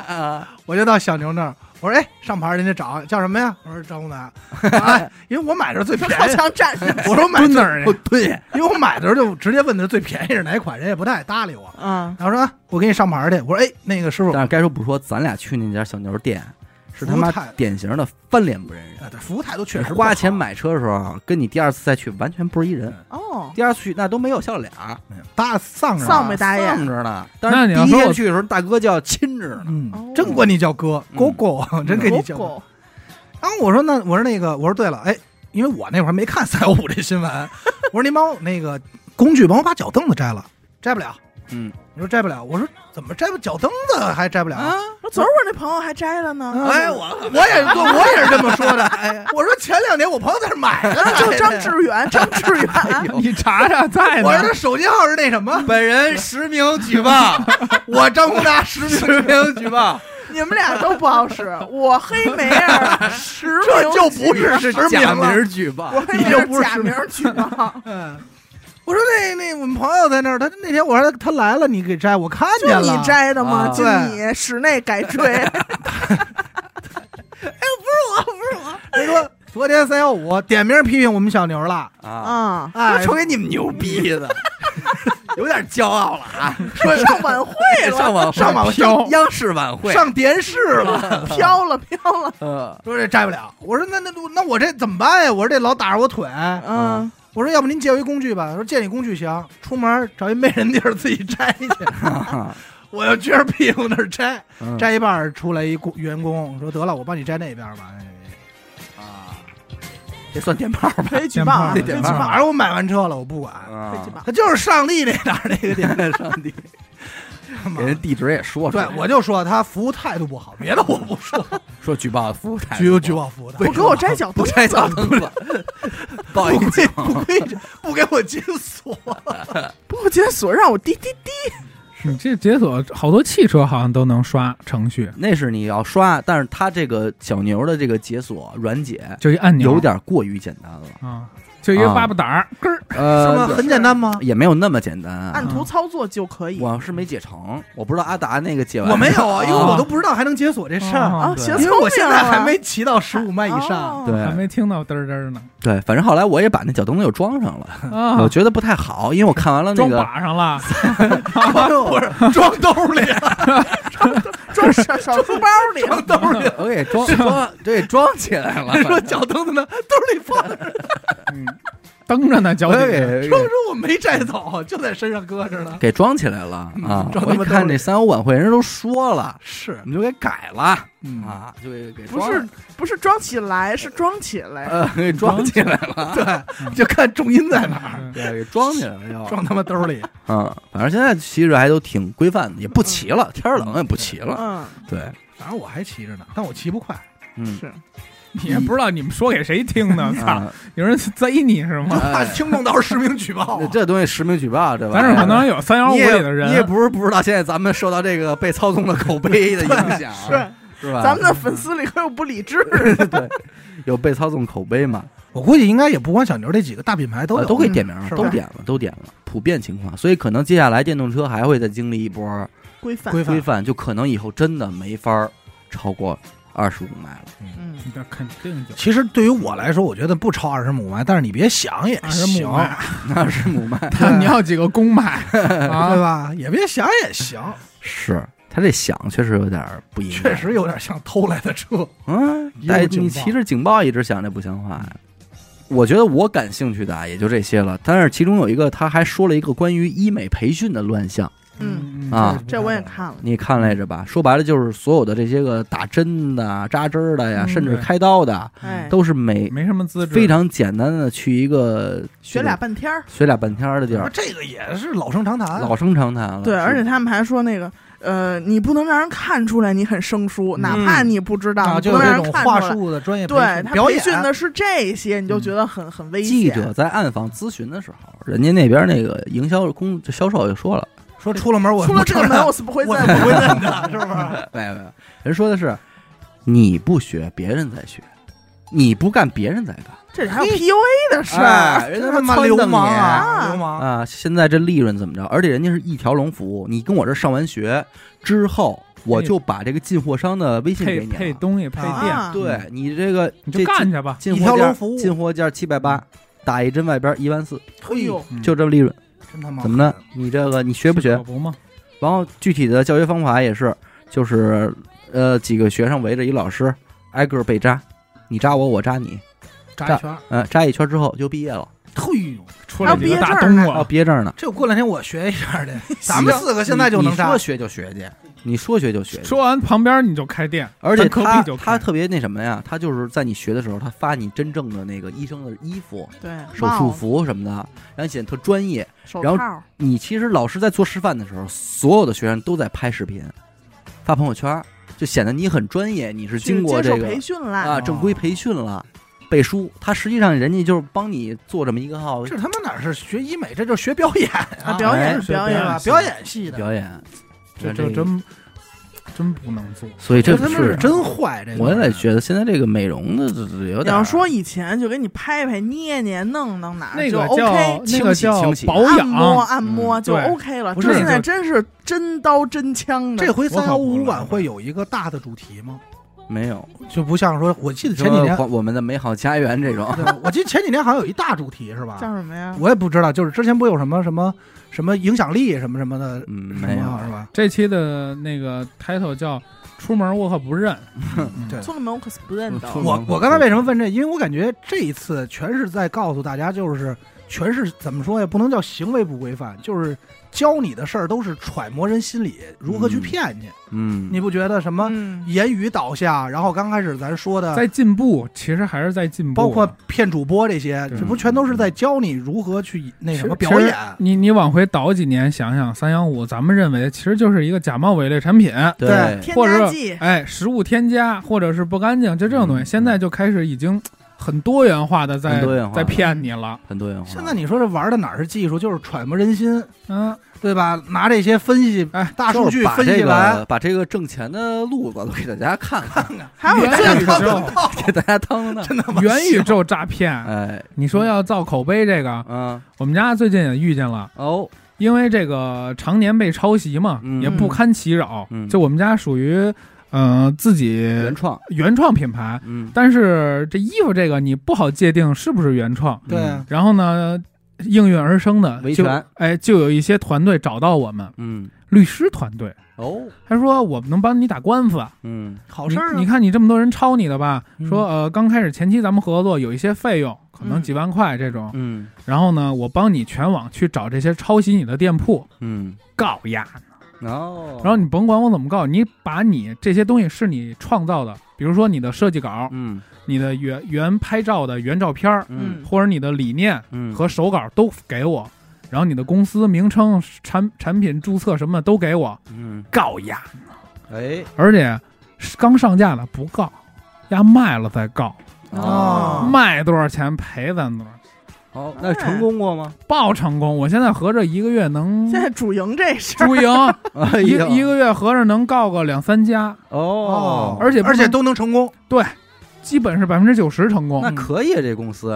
A: 嗯
D: 我就到小牛那儿，我说哎，上牌儿人家找叫什么呀？我说张宏南，哎，因为我买的是最便
C: 靠
D: 宜。
C: 墙站着，
D: 我说我买
B: 蹲那儿
A: 我
B: 去，
A: 蹲下。
D: 因为我买的时候就直接问的是最便宜是哪款，人也不太搭理我。
C: 嗯，
D: 然后说啊我给你上牌儿去。我说哎，那个师 傅
A: 但，是该说不说，咱俩去那家小牛店，是他妈
D: 服务态度
A: 典型的翻脸不认人。
D: 啊对服务态度确
A: 你
D: 实不
A: 花
D: 好
A: 钱买车的时候，跟你第二次再去完全不是一人。
C: 哦，
A: 第二次去那都没有笑脸儿，
D: 哎搭丧啊着呢
C: 丧没搭眼
A: 丧着呢。
B: 那
A: 但
B: 你
A: 是
B: 要
A: 第一
B: 说
A: 天
B: 我
A: 去的时候，大哥叫亲着 呢。
C: 哦
D: 嗯，真管你叫哥，
A: 嗯
D: 狗狗，真给你叫。
C: 狗狗
D: 然后我说那我说那个我说对了，哎，因为我那会儿还没看三幺五这新闻， 我说您帮我那个工具帮我把脚蹬子摘了，摘不了。
A: 嗯，
D: 你说摘不了，我说怎么摘不脚蹬子还摘不了？
A: 啊，
C: 我昨儿我那朋友还摘了呢，
D: 哎，我 我也我我也是这么说的。哎，我说前两年我朋友在那儿 买的，
C: 就张志远，张志远，
B: 你查查在
D: 我说
B: 呢
D: 他。手机号是那什么？
A: 本人实名举报，
D: 我张宏达实名，
A: 实名举报，
C: 你们俩都不好使，我黑梅儿实名，
D: 这就不是
A: 是
D: 实
A: 假
D: 名
A: 名
D: 了。
A: 儿举
C: 我
A: 报。
C: 黑梅儿假名儿举报，
D: 嗯，我说那那我们朋友在那儿，他那天我说他来了，你给摘，我看
C: 就
D: 见了。
C: 你摘的吗？
A: 啊
C: 就你室内改锥，哎
D: 他说昨天三幺五点名批评我们小牛了，
A: 啊，
C: 啊，
A: 我
D: 哎，
A: 瞅给你们牛逼的， 有点骄傲了啊！
C: 说上晚会 了，
A: 上晚
D: 上晚会
A: 上央视晚会，
D: 上电视
C: 嗯
D: 了。
C: 飘了飘了，
A: 呃，
D: 说这摘不了，我说那那那我这怎么办呀？我说这老打着我腿，
C: 嗯，
D: 我说要不您借我一工具吧？他说借你工具行，出门找一没人地儿自己摘去。我又撅着屁股那儿摘，
A: 嗯
D: 摘一半儿出来一工员工说得了，我帮你摘那边儿吧。
A: 啊，这算电报吧？
C: 可以举报啊，可
D: 那
C: 以
A: 电
C: 举
A: 报
C: 报，
D: 反正我买完车了，我不管。
C: 可以
A: 啊
C: 举，报，
D: 他就是上帝那哪儿那个地
A: 上帝
D: 方嘛
A: 给。人地址也说出
D: 对
A: 来，，
D: 我就说他服务态度不好，别的我不 说，
A: 说举报服务台，
D: 举举报服务态度
C: 我
D: 不
C: 给
D: 好。
C: 我摘脚
A: 不
C: 蹬
A: 拆小凳子，报一
D: 不
A: 警
D: 规不规矩，不给我解 锁。
C: 不过解锁让我滴滴滴，
B: 你这解锁好多汽车好像都能刷程序，
A: 那是你要刷，但是它这个小牛的这个解锁软解
B: 就一按钮，
A: 有点过于简单了，
B: 啊，就一个叭叭胆儿，咯儿，
D: 是
A: 呃
D: 吗？，很简单吗？
A: 也没有那么简单啊。
C: 按图操作就可以。
A: 我是没解成，我不知道阿达那个解完，
D: 我没有 啊，因哦为
A: 啊
D: 我都不知道还能解锁这事儿，
C: 啊，
B: 对
C: 行，
D: 因为我现在
C: 聪明啊
D: 还没骑到十五迈以上。
C: 哦
B: 还
A: 对
B: 没听到嘚儿嘚儿呢。
A: 对，反正后来我也把那脚蹬子又装上了，
B: 啊，
A: 我觉得不太好，因为我看完了那
B: 装
A: 个
B: 把上了，
D: 不 是装兜里，
C: 装小小书包里，
D: 装兜 里。
A: 我给装装，这给装起来了
D: 他，说脚蹬子呢，兜里放着，
B: 嗯，蹬着呢，脚
A: 我
B: 底下
A: 给
D: 说说我没摘走，就在身上搁着呢。
A: 给装起来了啊！
D: 装他
A: 我一
D: 妈
A: 看
D: 兜里
A: 这三五晚会人都说了，
D: 是
A: 我，们就给改了
D: 嗯，
A: 啊，就给给
C: 不
A: 装
C: 是不是装起来，是装起来。
A: 呃给装起来了，
D: 对，就看重音在哪儿，
B: 嗯
A: 对，给装起来了又。
D: 装他妈兜里。
A: 嗯，反正现在其实还都挺规范的，也不骑了，天儿冷也不骑了。
C: 嗯，
A: 对，
D: 反正我还骑着呢，但我骑不快。
A: 嗯，
C: 是
B: 你也不知道你们说给谁听呢？操，
A: 啊，
B: 有人贼你是吗？
D: 怕听众到时候实名举报啊
A: 这，这东西实名举报，啊这玩
B: 咱
A: 意儿
B: 这可能有三幺五
A: 你
B: 里
A: 也
B: 的
A: 你也
B: 人，
A: 不是不知道，现在咱们受到这个被操纵的口碑的影响，啊
C: 是，
A: 是吧？
C: 咱们的粉丝里可有不理智，
A: 对有被操纵口碑嘛，
D: 我估计应该也不光小牛这几个大品啊牌都
A: 呃
D: 有，
A: 都可以点名儿，
D: 是吧
A: 都点了，都点了，普遍情况。所以可能接下来电动车还会再经历一波
C: 规范
D: 规范
A: 规范，就可能以后真的没法儿超过二十五迈了。
C: 嗯，
B: 那肯定有
D: 其实对于我来说，我觉得不超二十亩麦，但是你别想也
B: 二十
D: 行，
B: 亩麦，
A: 二十五迈
B: 他 你要几个公买
D: 对
B: 啊？
D: 吧？也别想也行，
A: 是他这想确实有点儿不一样，
D: 确实有点像偷来的车。
A: 嗯，
D: 一路
A: 带
D: 警
A: 你
D: 报
A: 骑着警报一嗯直响，这不像话呀。我觉得我感兴趣的啊也就这些了，但是其中有一个他还说了一个关于医美培训的乱象，
C: 嗯
A: 啊
C: 这我也看了，
A: 你也看来着吧？说白了就是所有的这些个打针的啊、扎针儿的呀，
B: 嗯
A: 甚至
B: 对
A: 开刀的，啊
C: 哎，
A: 都是每
B: 没什么资质，
A: 非常简单的去一个
C: 学俩半天儿。
A: 学俩半天儿的地
D: 不
A: 儿
D: 是，这个也是老生常谈，
A: 老生常谈了。
C: 对，
A: 是
C: 而且他们还说那个，呃，你不能让人看出来你很生疏，
A: 嗯
C: 哪怕你不知道，
D: 啊，
C: 你
D: 就
C: 不
D: 有
C: 能
D: 这
C: 让人
D: 种
C: 看
D: 话
C: 出来。
D: 术的专业培
C: 对
D: 训
C: 他
D: 表
C: 培
D: 演
C: 训的是这些，你就觉得很很危险。
A: 记者在暗访咨询的时候，人家那边那个营销公这销售就说了，
D: 说出了门我
C: 出了这个 门，我是不会
D: 我
C: 再
D: 不会认的，是不是？
A: 没有没有，哎人说的是你不学，别人在学；你不干，别人在干。
C: 这里还有 PUA 的事
A: 哎
C: 儿，
A: 人家
D: 他妈
A: 撺
D: 流
A: 掇你
D: 氓
C: 啊
D: 啊，流氓！
A: 啊！现在这利润怎么着？而且人家是一条龙服务，你跟我这上完学之后，我就把这个进货商的微信给
B: 配
A: 你
B: 配
A: 了。
B: 东西配
C: 啊
B: 店，
A: 对你这个
B: 你
A: 这
B: 就干
A: 进
B: 去吧。
A: 进
D: 一
A: 货
D: 条
A: 价
D: 龙服务嗯
A: 进货价七百八，打一针外边一万四，
C: 哎呦，
B: 嗯
A: 就这利润，
D: 真他妈
A: 怎么呢？你这个你学不学
B: 可？不嘛，
A: 然后具体的教学方法也是，就是呃几个学生围着一老师，挨个儿被扎，你扎我，我扎你，
D: 扎一圈儿？
A: 呃，扎一圈之后就毕业了，
D: 嘿哎呦，
B: 出来
C: 还有
B: 几个
C: 毕业
B: 大冬
C: 证呢
A: 哦，
B: 瓜，
A: 毕业证呢。
D: 这我过两天我学一 下去。咱们四个现在就
A: 你
D: 能
A: 你
D: 扎
A: 说，学就学去，你说学就学去。
B: 说完旁边你就开店，
A: 而且
B: 咱隔
A: 他
B: 壁就开
A: 他特别那什么呀，他就是在你学的时候，他发你真正的那个医生的衣服、
C: 对，
A: 手术服什么的，然后显得特专业。
C: 手
A: 然后
C: 套，
A: 你其实老师在做示范的时候，所有的学生都在拍视频、发朋友圈，就显得你很专业，你是
C: 去
A: 经过
C: 接
A: 这
C: 受
A: 个
C: 培训啦，
A: 啊正规培训了。背书，他实际上人家就是帮你做这么一个号
D: 这他妈哪是学医美，这就是学表演啊，
C: 表演
B: 哎
C: 表
D: 对
C: 演
D: 吧？
B: 哎
D: 表演系的，
A: 表演，
B: 这
A: 这
B: 这真真不能做。
A: 所以这
D: 他妈
A: 是
D: 是真坏，这个
A: 我也得觉得现在这个美容的这这有
C: 你
A: 点
C: 要
A: 儿
C: 说以前就给你拍拍、捏捏、弄弄哪
B: 那
C: 啊就
B: 个
C: OK，
B: 叫那
A: 清
B: 个
A: 洗清
B: 叫
A: 洗
B: 保
C: 按摩
B: 养，
C: 按摩就
B: 对
C: OK 了。
B: 不
C: 这
B: 是
C: 现在
B: 就
C: 真是真刀真枪的，
D: 这回
B: 我
D: 三
B: 好
D: 幺
B: 不
D: 五
B: 了
D: 晚会有一个大的主题吗？
A: 没有
D: 就不像说，我记得前几
A: 说
D: 年，
A: 我们的美好家园这种，
D: 对吧我记得前几年好像有一大主题是吧？
C: 叫什么呀？
D: 我也不知道，就是之前不有什么什么什么影响力什么什么的，
A: 嗯，
D: 什
A: 没有
D: 么是吧？
B: 这期的那个 title 叫“出门我可不认
D: 对
C: 出了门我可是不认得。
A: 出嗯门
D: 我我刚才为什么问这？因为我感觉这一次全是在告诉大家，就是全是怎么说呀？不能叫行为不规范，就是教你的事儿都是揣摩人心理，如何去骗你。
A: 嗯，
D: 你不觉得什么
C: 嗯，
D: 言语导向？然后刚开始咱说”，的，
B: 在进步，其实还是在进步。
D: 啊包括骗主播这些，
B: 对嗯
D: 这不全都是在教你如何去那什么
B: 其实
D: 表演？
B: 你你往回倒几年想想，三幺五咱们认为其实就是一个假冒伪劣产品，
A: 对
D: 对
C: 添
B: 或
C: 加
B: 者
C: 剂，
B: 哎，食物添加或者是不干净，就这种东西，
A: 嗯
B: 现在就开始已经很多元化的
A: 很
B: 在
A: 多元化
B: 在骗你了。
A: 很多元化。
D: 现在你说这玩的哪儿是技术，就是揣摩人心，
B: 嗯，
D: 对吧？拿这些分析
B: 哎，
D: 大数据分
A: 就是
D: 析
A: 把这
D: 完，
A: 个把这个挣钱的路子都给大家看看，
C: 还有
B: 元
C: 这
B: 宇
C: 个
B: 宙，
A: 给大家当当。
D: 真他妈
B: 元宇
D: 行
B: 宙诈骗。
A: 哎，
B: 你说要造口碑这个，
A: 嗯，
B: 我们家最近也遇见了，
A: 哦，
B: 因为这个常年被抄袭嘛，
A: 嗯
B: 也不堪其扰。
A: 嗯
B: 就我们家属于呃自己
A: 原创，
B: 原创品牌，
A: 嗯，
B: 但是这衣服这个你不好界定是不是原创。
D: 对啊
A: 嗯，
B: 然后呢，应运而生的
A: 维
B: 就
A: 权
B: 哎，就有一些团队找到我们
A: 嗯，
B: 律师团队，
A: 哦，
B: 他说我们能帮你打官司，啊
A: 嗯，
D: 好事儿
B: 你。
D: 啊
B: 你！看你这么多人抄你的吧，
D: 嗯
B: 说呃刚开始前期咱们合作有一些费用，可能
C: 嗯
B: 几万块这种，
A: 嗯，
B: 然后呢，我帮你全网去找这些抄袭你的店铺
A: 嗯，
B: 告呀，
A: 哦，
B: 然后你甭管我怎么告，你把你这些东西是你创造的，比如说你的设计稿、
A: 嗯，
B: 你的原原拍照的原照片儿，
A: 嗯，
B: 或者你的理念
A: 嗯，
B: 和手稿都给我，然后你的公司名称、产产品注册什么的都给我
A: 嗯，
B: 告呀，
A: 哎，
B: 而且是刚上架的不告，呀卖了再告，
A: 哦，
B: 卖多少钱赔咱多少钱，
A: 哦，那成功过吗？
B: 报成功。我现在合着一个月能
C: 现在主营这事 儿，
B: 输赢，
A: 哎
B: 一
A: 呦
B: 一个月合着能告个两三家，
A: 哦，
B: 而且不
D: 而且
B: 能
D: 都能成功，
B: 基本是百分之九十成功
A: 那。可以啊，这公司，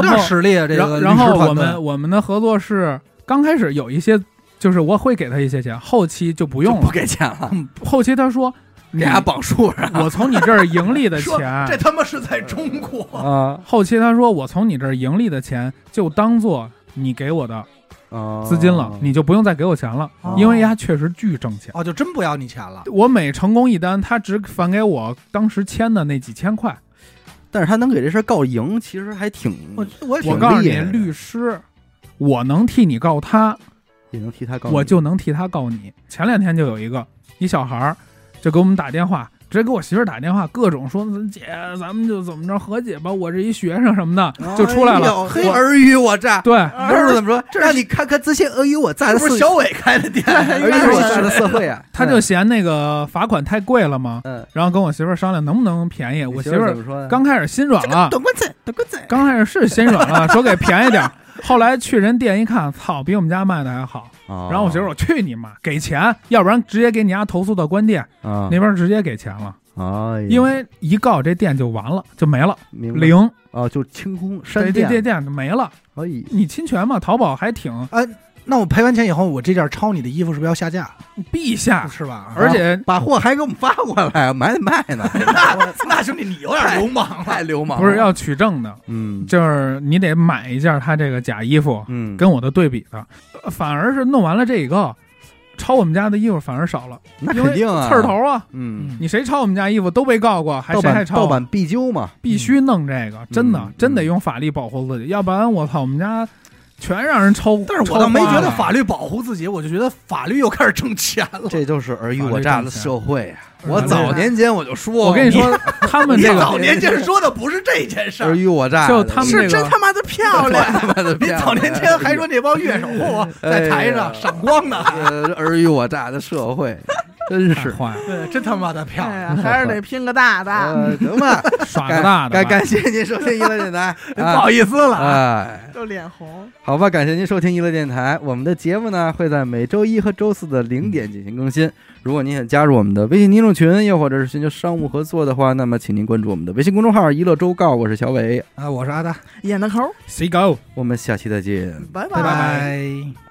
B: 然
D: 点
B: 后
D: 实力啊！这
B: 然
D: 个
B: 然
D: 律
B: 后
D: 师团
B: 我
D: 队
B: 们我们的合作是刚开始有一些，就是我会给他一些钱，后期就不
A: 不
B: 用了嗯
A: 不。给钱了，
B: 后期他说
A: 给他绑树上。
B: 我从你这儿盈利 的钱，
A: 这他妈是在中国
D: 啊，
B: 后期他说我从你这儿盈利的钱就当做你给我的
A: 哦
B: 资金了，你就不用再给我钱了，
D: 哦
B: 因为他确实巨挣钱。
D: 哦，就真不要你钱了。
B: 我每成功一单，他只返给我当时签的那几千块。
A: 但是他能给这事儿告赢，其实还挺
D: 我我也
A: 挺
B: 我告诉你
A: 厉，害的
B: 律师，我能替你告他，
A: 也能替他告你。
B: 我就能替他告你。前两天就有一个一小孩儿，就给我们打电话，直接给我媳妇儿打电话，各种说姐，咱们就怎么着和解吧，我这一学生什么的就出来
A: 哎
B: 了。
A: 呦哎
D: 嘿
A: 嘿，尔虞我诈。
B: 对，
A: 儿子怎么说？让你看看这些尔虞我诈的
D: 这不是
A: 社
D: 小伟开的店，
A: 尔
B: 哎
A: 虞我诈的社会啊！
B: 他就嫌那个罚款太贵了嘛，
A: 嗯，
B: 然后跟我媳妇儿商量能不能便
A: 嗯
B: 宜。哎我
A: 你
B: 媳
A: 媳
B: 妇
A: 儿
B: 儿
A: 怎么说呢？
B: 刚开始心软了，
A: 滚子，等滚子。
B: 刚开始是心 软了，说给便宜点儿。后来去人店一看，操，比我们家卖的还好。然
A: 然
B: 后我媳妇儿，我去你妈，给钱，要不然直接给你家投诉到关店，
A: 啊
B: 那边直接给钱了，
A: 啊，
B: 因为一告这店就完了，就没了，
A: 明白
B: 零，
A: 啊，就清空
B: 这
A: 删哎
B: 这这
A: 店，
B: 店就没了。
A: 可以
B: 你侵权嘛？淘宝还挺
D: 那我赔完钱以后，我这件抄你的衣服是不是要下架？
B: 陛下，
A: 啊
D: 是吧？
B: 而且
A: 把货还给我们发过来，我们还得卖 呢，
D: 那兄弟，你有点流氓了。
A: 太流氓了。
B: 不是要取证的，
A: 嗯
B: 就是你得买一件他这个假衣服，
A: 嗯
B: 跟我的对比的，呃反而是弄完了这一个，抄我们家的衣服反而少了，
A: 那肯定啊，
B: 刺儿头啊！
A: 嗯，
B: 你谁抄我们家衣服都被告过，还
A: 盗
B: 谁还
A: 版
B: 抄
A: 盗
B: 啊？
A: 版必究嘛，
B: 必须弄这个，真的
A: 嗯
B: 真得用法律保护自己，要不然我操，我们家全让人抄。
D: 但是我倒没
B: 抄花
D: 觉得
B: 了
D: 法律保护自己，我就觉得法律又开始挣钱了。
A: 这就是尔虞我诈的社会啊。我
B: 嗯
A: 早年间我就说，
B: 我跟你，说，他们
D: 你
B: 这
D: 早
B: 个
D: 年间说的不是这件事
A: 尔
D: 儿，
A: 虞我诈的，
B: 就他们这
C: 是
B: 个
C: 真他妈的漂亮，
A: 他妈的
D: 你
A: 骗子
D: 早年间还说那帮乐手 在台上闪光呢，
A: 呃尔虞我诈的社会，真
B: 太
A: 是
B: 坏了，
D: 对，真他妈的 漂
C: 哎
D: 亮！
C: 呀，还是得拼个大
B: 啊
C: 的，
A: 呃行 吧，
B: 耍个大
A: 感感
B: 的吧。
A: 感谢您收听娱乐电 台，
D: 不好意思了啊。
A: 哎。
C: 就脸红。
A: 好吧，感谢您收听娱乐电台。我们的节目呢会在每周一和周四的零点进行更新。如果您想加入我们的微信听众群，又或者是寻求商务合作的话，那么请您关注我们的微信公众号“娱乐周告”。我是小伟，
D: 啊，我是阿达，
C: 演的抠，
B: 谁狗？
A: 我们下期再见。
C: 拜
B: 拜
D: 拜。